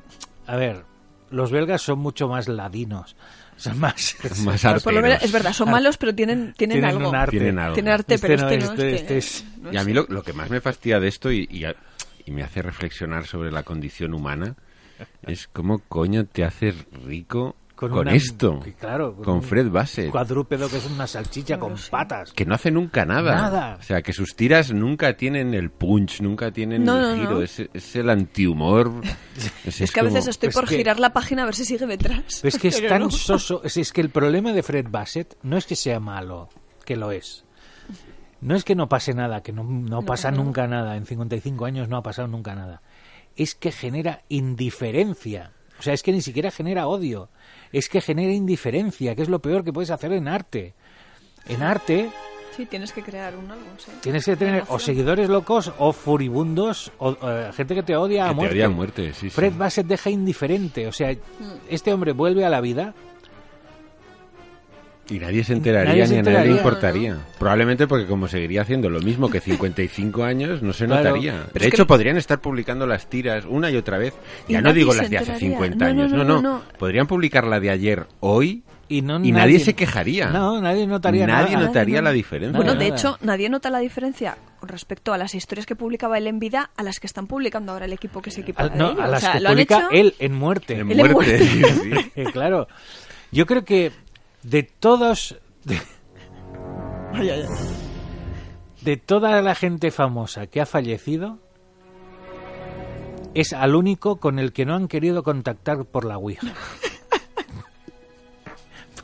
C: a ver, los belgas son mucho más ladinos. [LAUGHS] Son más...
D: [LAUGHS] Más
B: Pues por lo menos-
D: arteros.
B: es verdad,
C: [LAUGHS]
B: son malos, pero tienen, tienen,
C: tienen
B: algo.
C: un arte.
D: Tienen algo.
B: Tienen arte,
C: Este
B: pero
C: no,
B: este no.
C: este- este es-
B: no
D: Y a
B: sé.
D: mí lo, lo que más me fastidia de esto, y, y a- y me hace reflexionar sobre la condición humana es cómo coño te haces rico con,
C: una-
D: esto,
C: Claro,
D: con
C: un
D: Fred Bassett,
C: Cuadrúpedo que es una salchicha con patas.
D: que no hace nunca nada.
C: Nada.
D: O sea, que sus tiras nunca tienen el punch, nunca tienen
B: No,
D: el
B: no,
D: giro,
B: no.
D: es, es
B: [LAUGHS]
D: el antihumor.
B: Es, que a veces
D: como-
B: estoy
C: es
B: por
C: que-
B: girar la página a ver si sigue detrás.
C: Pero es
B: [LAUGHS]
C: que es
B: Pero
C: tan
B: no.
C: soso. Es, es que el problema de Fred Bassett no es que sea malo, que lo es. No es que no pase nada, que no, no
B: No,
C: pasa
B: no.
C: nunca nada. En 55 años no ha pasado nunca nada. Es que genera indiferencia. O sea, es que ni siquiera genera odio. Es que genera indiferencia, que es lo peor que puedes hacer en arte. En arte
B: Sí, tienes que crear un álbum, sí.
C: tienes que tener o
B: Emoción.
C: seguidores locos o furibundos o eh, gente que te odia a
D: que te
C: muerte.
D: odia a muerte, sí, sí.
C: Fred Bassett deja indiferente. O sea, este hombre vuelve a la vida
D: Y nadie se enteraría
C: Nadie se
D: ni a nadie
C: enteraría.
D: le importaría. Probablemente porque como seguiría haciendo lo mismo que 55 años, no se
C: Claro.
D: notaría.
B: Es
D: De
B: que-
D: hecho, podrían estar publicando las tiras una y otra vez.
B: Y
D: Ya no
B: nadie
D: digo
B: se
D: las de hace
B: enteraría.
D: 50
B: No, no,
D: años, no,
B: no,
D: no.
B: no.
D: Podrían publicar la de ayer, hoy,
C: y no
D: y nadie se quejaría.
C: No, nadie notaría
D: Nadie
C: nada.
D: notaría
B: Nadie,
D: la
B: no.
D: diferencia.
B: Bueno,
C: Nada,
B: de
C: nada.
B: hecho, nadie nota la diferencia con respecto a las historias que publicaba él en vida a las que están publicando ahora el equipo que se equipa
C: A,
B: de
C: no,
B: ello.
C: a
B: O
C: las
B: sea,
C: que
B: lo han
C: publica
B: hecho
C: él en muerte.
D: En
C: [LAUGHS]
B: Él en
D: muerte, [LAUGHS] sí, sí.
C: Eh, [LAUGHS] claro. Yo creo que de todos... De, de toda la gente famosa que ha fallecido, es al único con el que no han querido contactar por la Ouija. [LAUGHS]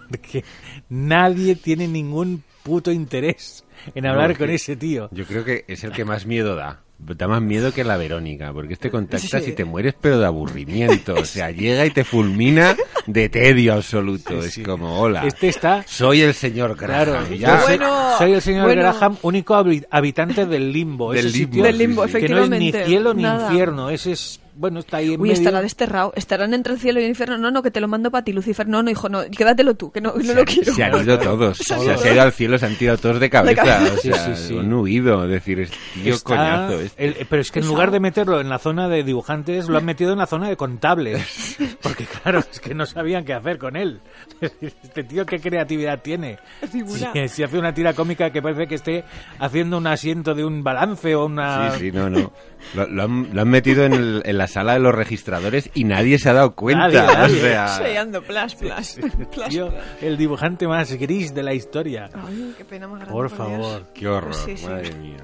C: Porque nadie tiene ningún puto interés en
D: No,
C: hablar
D: es
C: con
D: que-
C: ese tío.
D: Yo creo que es el que más miedo da. Da más miedo que la Verónica, porque este contactas y te mueres, pero de aburrimiento. O sea, llega y te fulmina de tedio absoluto. Es como, hola.
C: Este está
D: Soy el señor Graham.
C: Claro,
D: ya.
C: yo soy,
B: Bueno,
C: soy el señor
B: bueno.
C: Graham, único habi- habitante del limbo.
D: Del
C: ese
D: limbo,
C: sitio
D: Del limbo,
C: que no es ni
B: efectivamente,
C: cielo ni
B: nada.
C: infierno. Ese es, bueno, está ahí en
B: Uy,
C: medio.
B: estará desterrado. Estarán entre el cielo y el infierno. No, no, que te lo mando para ti, Lucifer. No, no, hijo, no. Quédatelo tú, que no, no
D: se,
B: lo
D: han-
B: quiero. [LAUGHS]
D: se han ido todos. O sea,
C: ido
D: se ha ido al cielo, se han tirado todos de cabeza.
B: cabeza.
D: O
C: Sí,
D: sea,
C: sí, sí.
D: un huido. Decir, es- tío,
C: Está
D: coñazo. este. es-
C: el- eh, pero es que en lugar de meterlo en la zona de dibujantes, lo han metido en la zona de
D: [LAUGHS]
C: contables. Porque claro, es que no sabían qué hacer con él. [LAUGHS] Este tío, qué creatividad tiene.
B: Ninguna.
C: Si, si hace una tira cómica que parece que esté haciendo un asiento de un balance o una...
D: Sí, sí, no, no. Lo, lo han, lo han metido en, el- en la sala de los registradores y nadie se ha dado cuenta.
C: Nadie, nadie.
D: O sea,
B: Estoy ando, plas, plas. plas,
C: Tío,
B: plas.
C: el dibujante más gris de la historia.
B: Ay, qué pena más grande,
C: Por
B: Dios.
C: favor.
D: qué horror.
B: Sí, sí.
D: Madre mía.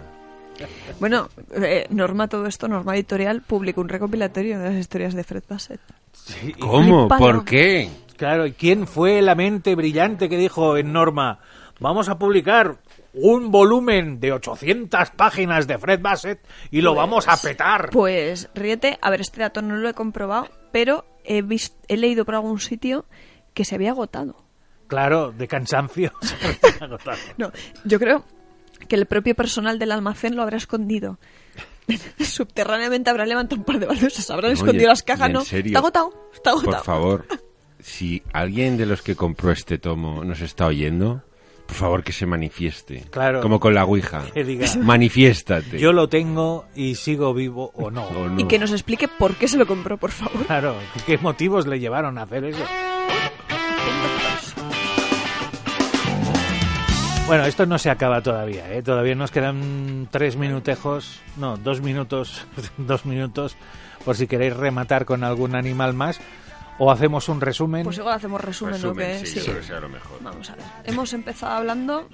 B: Bueno, eh, Norma, todo esto, Norma Editorial, publicó un recopilatorio de las historias de Fred Bassett.
C: Sí, y-
D: ¿Cómo?
B: Flipada.
D: ¿Por qué?
C: Claro, ¿y quién fue la mente brillante que dijo en Norma, vamos a publicar un volumen de 800 páginas de Fred Bassett y lo vamos a petar?
B: Pues ríete, a ver, este dato no lo he comprobado, pero he, vis- he leído por algún sitio que se había agotado.
C: Claro, de cansancio. Agotado.
B: No, yo creo que el propio personal del almacén lo habrá escondido. [LAUGHS] Subterráneamente habrá levantado un par de baldosas, habrán
D: No,
B: escondido
D: y-
B: las cajas,
D: y en
B: ¿no?
D: serio,
B: Está agotado, está agotado.
D: Por favor, si alguien de los que compró este tomo nos está oyendo, por favor que se manifieste.
C: Claro.
D: Como con la Ouija.
C: Que diga,
D: Manifiéstate.
C: yo lo tengo y sigo vivo o no.
D: O
B: Y
D: no.
B: que nos explique por qué se lo compró, por favor.
C: Claro, ¿qué motivos le llevaron a hacer eso? Bueno, esto no se acaba todavía, ¿eh? Todavía nos quedan tres minutejos, no, dos minutos, [LAUGHS] dos minutos, por si queréis rematar con algún animal más, o hacemos un resumen.
B: Pues igual hacemos resumen, ¿no?
D: Resumen,
B: Que-
D: sí,
B: sí.
D: yo creo que sea lo mejor.
B: Vamos a ver. Hemos empezado hablando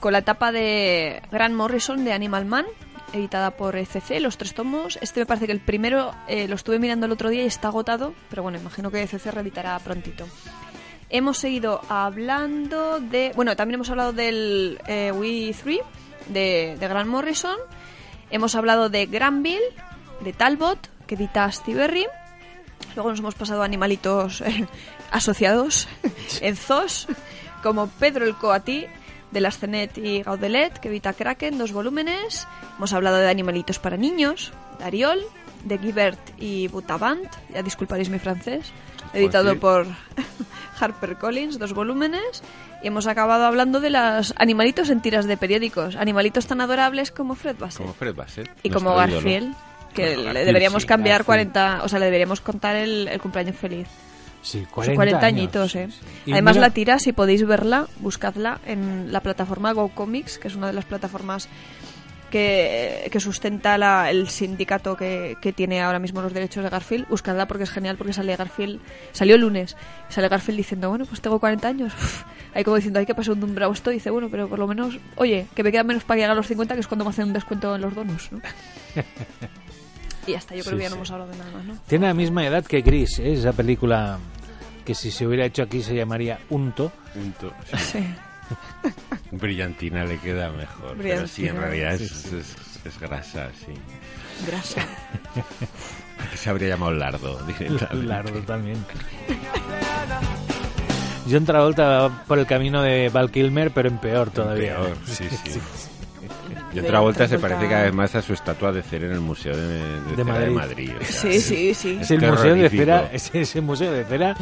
B: con la etapa de Grant Morrison de Animal Man, editada por ECC, los tres tomos. Este me parece que el primero eh, lo estuve mirando el otro día y está agotado, pero bueno, imagino que ECC reeditará prontito. Hemos seguido hablando de. Bueno, también hemos hablado del eh, We 3 de, de Grant Morrison. Hemos hablado de Granville, de Talbot, que edita Steve Berry. Luego nos hemos pasado a animalitos eh, asociados en zoos, como Pedro el Coatí, de Lascenet y Gaudelet, que edita Kraken, dos volúmenes. Hemos hablado de animalitos para niños, de Ariol, de Guibert y Butabant, ya disculparéis mi francés, editado
D: sí.
B: por [LAUGHS] Harper Collins, dos volúmenes. Y hemos acabado hablando de los animalitos en tiras de periódicos, animalitos tan adorables como Fred Bassett.
D: Como Fred Bassett.
B: Y
D: nuestro
B: como
D: ídolo.
B: Garfield, que
D: Bueno,
B: le
D: Garfield,
B: deberíamos
D: sí,
B: cambiar
D: Garfield.
B: 40, o sea, le deberíamos contar el, el cumpleaños feliz.
C: Sí,
B: Son
C: 40,
B: 40
C: años.
B: Pues añitos, ¿eh?
C: Sí, sí. Y
B: Además,
C: mira-
B: la tira, si podéis verla, buscadla en la plataforma GoComics, que es una de las plataformas que, que sustenta la- el sindicato que, que tiene ahora mismo los derechos de Garfield. Buscadla porque es genial, porque sale Garfield, salió el lunes, y sale Garfield diciendo, bueno, pues tengo 40 años. [LAUGHS] Ahí como diciendo, hay que pasar un dumbrao esto. Dice, bueno, pero por lo menos, oye, que me queda menos para llegar a los 50, que es cuando me hacen un descuento en los donos,
C: [LAUGHS]
B: ¿no? y hasta yo creo
C: Sí,
B: que ya no
C: sí.
B: hemos hablado de nada más, ¿no?
C: Tiene la misma edad que Gris, ¿eh? esa película que si se hubiera hecho aquí se llamaría Unto.
D: Punto.
B: Sí.
D: Brillantina le queda mejor. Pero sí, en
B: Brillantina.
D: realidad es, es- es grasa, sí.
B: Grasa.
D: Que [LAUGHS] se habría llamado lardo
C: [LAUGHS]
D: directamente.
C: Lardo también. John Travolta va por el camino de Val Kilmer, pero en peor todavía.
D: Peor, sí, sí. Y
B: De
D: otra vuelta se
B: Travolta.
D: parece cada vez más a su estatua de cera en el Museo de, de
C: De
D: Cera de
C: Madrid.
D: Madrid. o sea,
B: Sí, sí, sí.
C: Es el museo de
D: terrorífico.
C: cera, es ese museo de cera,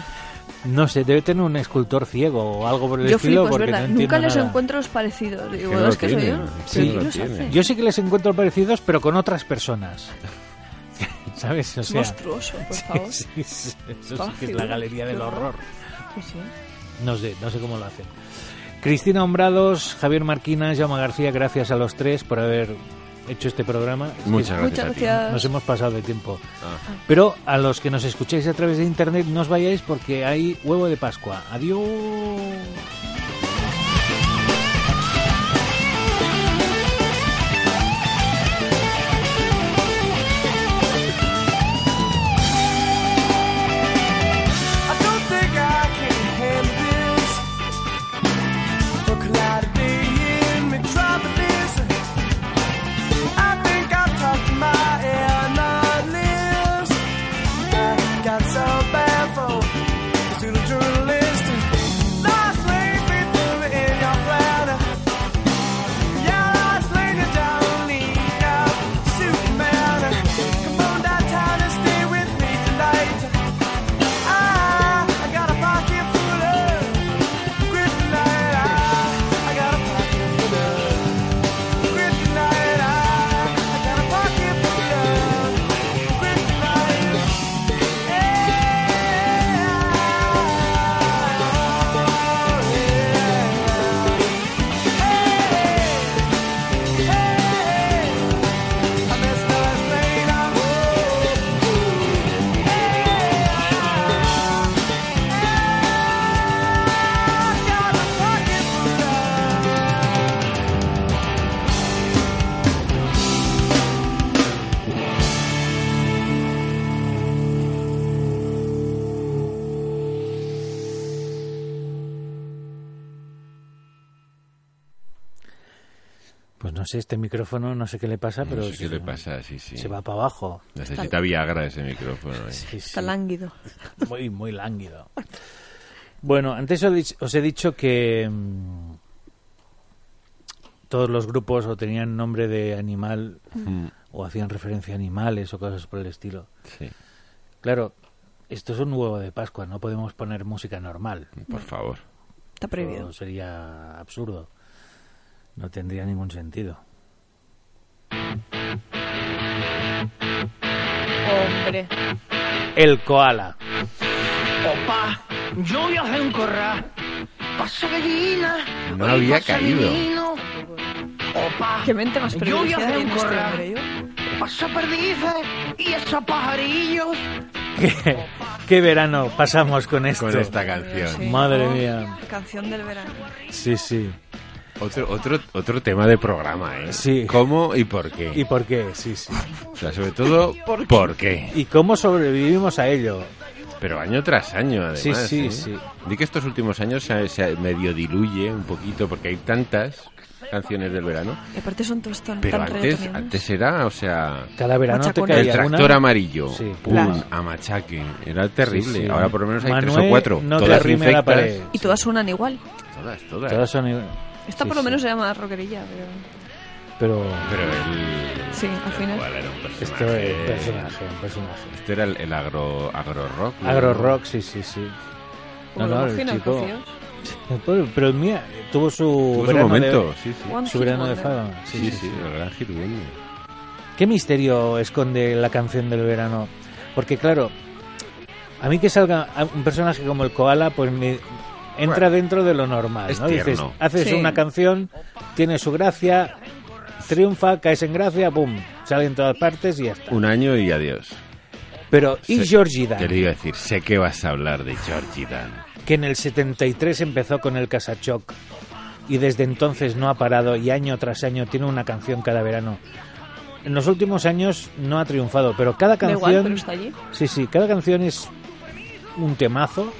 C: no sé, debe tener un escultor ciego o algo por el
B: Yo
C: estilo
B: flipo, es
C: porque
B: verdad.
C: no entiendo
B: Nunca les
C: nada.
B: encuentro los parecidos. Digo,
D: no
B: es que soy yo.
D: tienen,
B: ¿Pero
C: sí,
B: quién
C: no
B: los
D: tienen.
B: hace?
C: Yo sí que les encuentro parecidos, pero con otras personas. [LAUGHS] ¿Sabes? O
B: Es
C: sea,
B: monstruoso, por favor.
C: sí, sí, sí, eso sí que [LAUGHS] es la galería del
B: Qué
C: horror.
B: horror. Sí, sí.
C: No sé, no sé cómo lo hacen. Cristina Hombrados, Javier Marquina, Jaume García, gracias a los tres por haber hecho este programa. Es que
D: Muchas gracias.
B: Muchas
D: a ti.
B: gracias.
C: Nos hemos pasado de tiempo.
D: Ah.
C: Pero a los que nos escucháis a través de internet, no os vayáis porque hay huevo de Pascua. Adiós.
A: I don't think I can handle this. A cloud day in metropolis. I think I talked to my analyst. I got so bad for pseudo journalist. Lost lane people in your planet. Yeah, lost lane you don't need no Superman. Come on downtown and stay with me tonight. I got a pocket full of kryptonite. I got a pocket full of kryptonite. I got a pocket full of kryptonite. Hey, hey, hey, hey. I missed last night. I got a pocket full of.
C: Pues no sé, este micrófono no sé qué le pasa, pero
D: No sé
C: se,
D: qué le pasa, sí, sí.
C: se va para abajo.
D: Necesita Viagra ese micrófono. ¿eh?
C: Sí, sí.
B: Está lánguido.
C: Muy, muy lánguido. Bueno, antes os, dich- os he dicho que mm, todos los grupos o tenían nombre de animal
D: Mm,
C: o hacían referencia a animales o cosas por el estilo.
D: sí.
C: Claro, esto es un huevo de Pascua, no podemos poner música normal.
D: Por favor.
B: Está prohibido.
C: Eso sería absurdo. No tendría ningún sentido.
B: Hombre.
C: El koala. [LAUGHS]
F: Opa, yo viajé en corral. Pasa gallina.
D: No
B: Pues
F: hoy
D: había
F: pasa
D: caído.
F: divino. Opa,
B: Qué mente más
F: yo
B: privilegiada
F: viajé en
B: tiene este
F: corral.
B: hombre, yo.
F: Pasa perdices y esos pajarillos.
C: ¿Qué, qué verano pasamos con esto?
D: Con esta canción.
B: Sí.
C: Madre mía.
B: La canción del verano.
C: Sí, sí.
D: Otro, otro, otro tema de programa, ¿eh?
C: Sí.
D: ¿Cómo y por qué?
C: ¿Y por qué? Sí, sí.
D: O sea, sobre todo, ¿por, qué?
C: ¿Y cómo sobrevivimos a ello?
D: Pero año tras año, además.
C: Sí, sí,
D: ¿eh?
C: sí.
D: Di que estos últimos años se, se medio diluye un poquito porque hay tantas canciones del verano.
B: Y aparte son todos tan,
D: Pero
B: tan
D: antes,
B: reggaetonianos.
D: antes era, o sea,
C: Cada verano te
B: Machacones.
D: el
C: caía
D: tractor
C: una.
D: amarillo,
C: Sí.
D: pum,
B: Claro.
D: a machaque. Era terrible.
C: Sí, sí.
D: Ahora por lo menos hay tres
C: Manuel,
D: o cuatro.
C: no te
D: todas
C: arrime la
D: infectas.
C: pared.
B: Y todas suenan igual.
D: Todas, todas.
C: Todas son igual.
B: Esta
C: Sí,
B: por lo
C: sí.
B: menos se llama rockerilla, pero...
C: Pero
D: Pero el...
B: Sí, al final.
D: ¿Cuál era un personaje?
C: esto es un personaje, un personaje.
D: Esto era el, el agro, agro rock. ¿no?
C: Agro rock, sí, sí, sí.
B: Como
C: no,
B: lo
C: el
B: imaginas,
C: chico-
B: Dios.
C: Pero, pero mira, tuvo su,
D: Tuvo su
C: verano
D: momento,
C: de,
D: sí, sí.
B: One
C: su
B: hit
C: verano de
B: wonder.
C: fama.
D: Sí, sí, el gran hit wonder.
C: ¿Qué misterio esconde la canción del verano? Porque claro, a mí que salga a- un personaje como el koala, pues me entra dentro de lo normal,
D: es
C: ¿no? Dices,
D: tierno.
C: haces
B: Sí.
C: una canción, tiene su gracia, triunfa, caes en gracia, pum, sale en todas partes y ya está.
D: Un año y adiós.
C: Pero, ¿y
D: Se-
C: Georgie
D: Te
C: Dan?
D: lo iba a decir, sé que vas a hablar de Georgie Dan.
C: que en el 73 empezó con el Casachoc y desde entonces no ha parado y año tras año tiene una canción cada verano. En los últimos años no ha triunfado, pero cada
B: Da
C: canción,
B: igual, pero está allí.
C: sí, sí, cada canción es un temazo,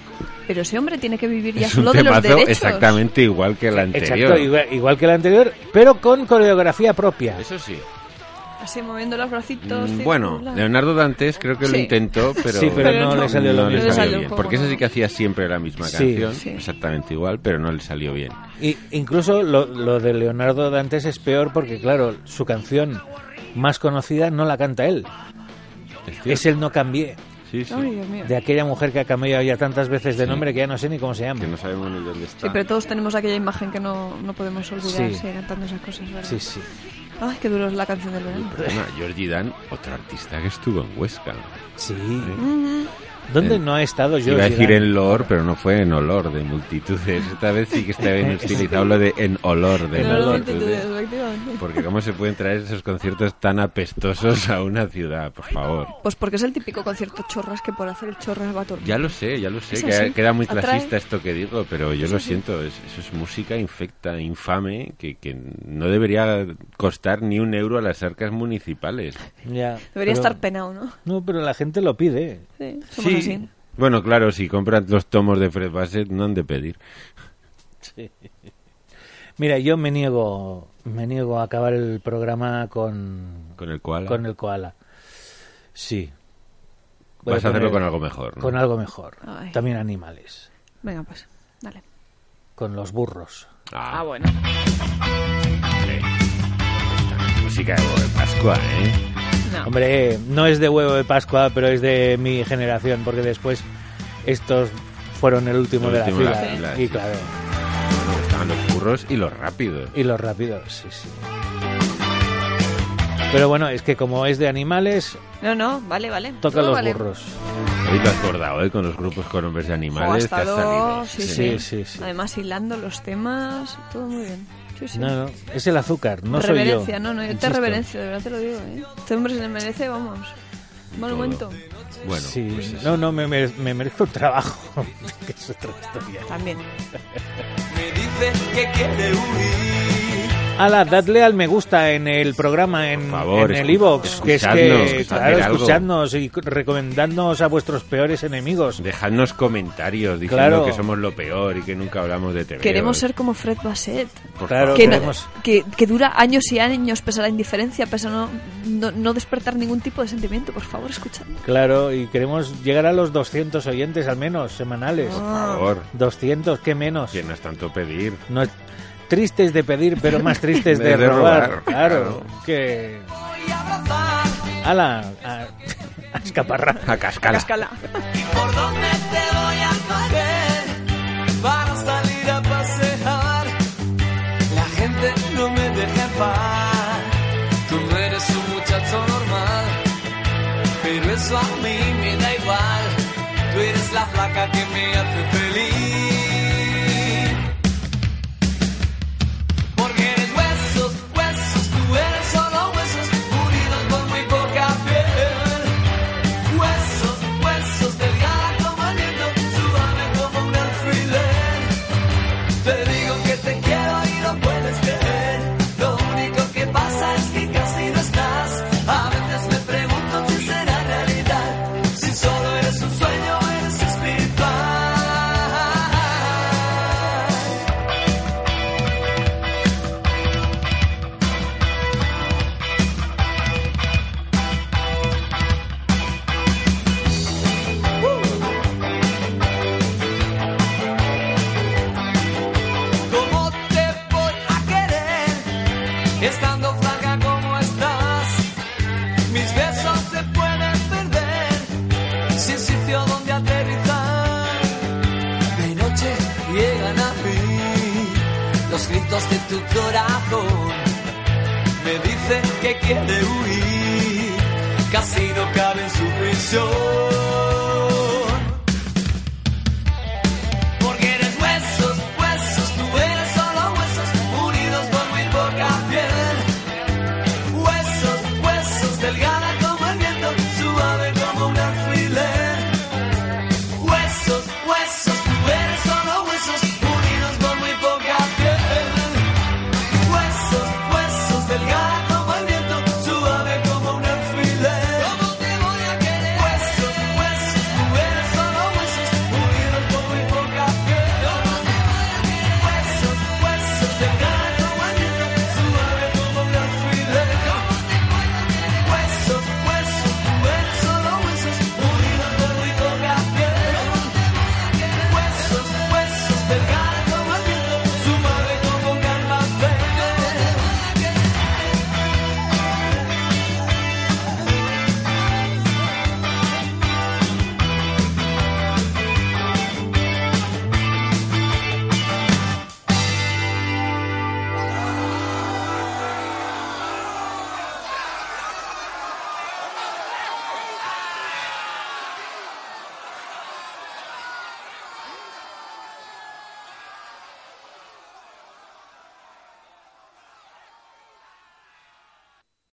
B: Pero ese hombre tiene que vivir ya
D: es un
B: solo de los
D: temazo
B: derechos.
D: exactamente igual que el anterior.
C: exacto, igual, igual que el anterior, pero con coreografía propia.
D: Eso sí.
B: Así moviendo los bracitos.
D: Mm,
B: circular.
D: Bueno, Leonardo Dantes creo que lo
B: Sí.
D: intentó, pero,
C: Sí, pero no le salió lo
D: no
C: mismo.
D: le salió
C: No le salió
D: bien.
B: como
D: Porque eso sí
B: no.
D: que hacía siempre la misma
C: Sí.
D: canción,
B: Sí.
D: exactamente igual, pero no le salió bien.
C: Y incluso lo, lo de Leonardo Dantes es peor porque claro, su canción más conocida no la canta él, es el No cambié
D: Sí, sí.
B: Ay, Dios mío.
C: de aquella mujer que ha cambiado ya tantas veces de
D: Sí.
C: nombre que ya no sé ni cómo se llama.
D: Que no sabemos ni dónde
B: Sí,
D: está.
B: pero todos tenemos aquella imagen que no, no podemos olvidar
C: Sí.
B: sí. cantando esas cosas, ¿verdad?
C: Sí, sí.
B: Ay, qué duro es la canción del verano.
D: Perdona, Georgie Dan, otro artista que estuvo en Huesca.
C: Sí.
B: Mm,
C: ¿Dónde
D: Eh,
C: no ha estado yo?
D: Iba a decir en Lor, pero no fue en olor de multitudes. Esta vez sí que está bien utilizado lo de en olor de
B: pero no lo entiendes,
D: multitudes.
B: efectivamente.
D: Porque cómo se pueden traer esos conciertos tan apestosos a una ciudad, por favor.
B: Pues porque es el típico concierto chorras que por hacer el chorras va a
D: Ya lo sé, ya lo sé,
B: Es
D: que
B: así.
D: queda muy
B: Atrae.
D: clasista esto que digo, pero yo lo siento, es- eso es música infecta, infame, que, que no debería costar ni un euro a las arcas municipales.
C: Ya,
B: Debería
C: pero-
B: estar penado, ¿no?
C: No, pero la gente lo pide.
B: Sí, somos así.
D: Bueno, claro, si compran los tomos de Fred Bassett no han de pedir.
C: Mira, yo me niego, me niego a acabar el programa con,
D: Con el cual
C: con el koala. Sí. Voy
D: vas a hacerlo
C: poner-
D: con algo mejor. ¿no?
C: con algo mejor.
B: Ay.
C: También animales.
B: Venga, pues, dale.
C: Con los burros.
D: Ah,
G: Ah, bueno.
D: hombre. Esta Música de huevo de Pascua, ¿eh?
G: No.
C: Hombre, no es de huevo de Pascua, pero es de mi generación, porque después estos fueron el último
D: El
C: de
D: último de
C: la
D: la
C: fila.
D: fila,
C: Y
D: sí.
C: claro,
D: Bueno, estaban los curros y los rápidos.
C: Y los rápidos, sí, sí. Pero bueno, es que como es de animales,
B: No, no, vale, vale.
C: toca
B: Todo
C: los
B: vale.
C: burros.
D: Hoy lo has bordado, ¿eh? Con los grupos con hombres de
B: Jo,
D: animales.
B: hasta
D: te has salido.
B: dos, sí,
C: Sí,
B: sí.
C: sí, sí.
B: Además, hilando los temas, todo muy bien. Sí, sí.
C: No, no, es el azúcar, no soy yo.
B: reverencia, no, no, yo te
C: insisto.
B: reverencio, de verdad te lo digo, ¿eh? Este hombre se merece, vamos. Monumento.
D: Bueno,
C: Sí,
D: pues eso.
C: no, no, me, mere- me merezco un trabajo. [LAUGHS] que es otra historia.
B: También.
E: Me dice que quiere huir.
C: Ala, dadle al me gusta en el programa, en,
D: Por favor,
C: en el
D: escu-
C: iVoox, que es que,
D: escuchadnos,
C: claro,
D: hacer algo.
C: escuchadnos y recomendadnos a vuestros peores enemigos.
D: Dejadnos comentarios diciendo
C: Claro.
D: que somos lo peor y que nunca hablamos de TV.
B: Queremos ser como Fred Bassett.
C: Claro,
B: Que, no-
C: queremos-
B: que, que dura años y años pese a la indiferencia, pese a no, no, no despertar ningún tipo de sentimiento. Por favor, escuchadme.
C: Claro, y queremos llegar a los 200 oyentes al menos, semanales.
D: Por favor,
C: 200, qué menos.
D: que no es tanto pedir.
C: No es- tristes de pedir, pero más
D: [LAUGHS]
C: tristes de,
D: De- de
C: robar.
D: robar,
C: Claro, que. ¡Hala! A, a escaparra.
D: A cascala.
B: Cascala.
E: ¿Por dónde te voy a coger para salir a pasear? La gente no me deja en paz. Tú no eres un muchacho normal, pero eso a mí me da igual. Tú eres la placa que me hace feliz. Porque eres huesos, huesos, tú eres solo huesos, unidos por muy poca piel. Huesos, huesos, delgada como el viento, suave como un alfiler. Te digo que te quiero y no puedes creer. Lo único que pasa es que casi no estás. A veces me pregunto si será realidad. Si solo eres un sueño, eres espiritual. ¿Cómo te voy a querer? Estando flaca como estás, mis besos se pueden perder sin sitio donde aterrizar. De noche llegan a mí los gritos de tu corazón. Me dicen que quiere huir, casi no cabe en su prisión.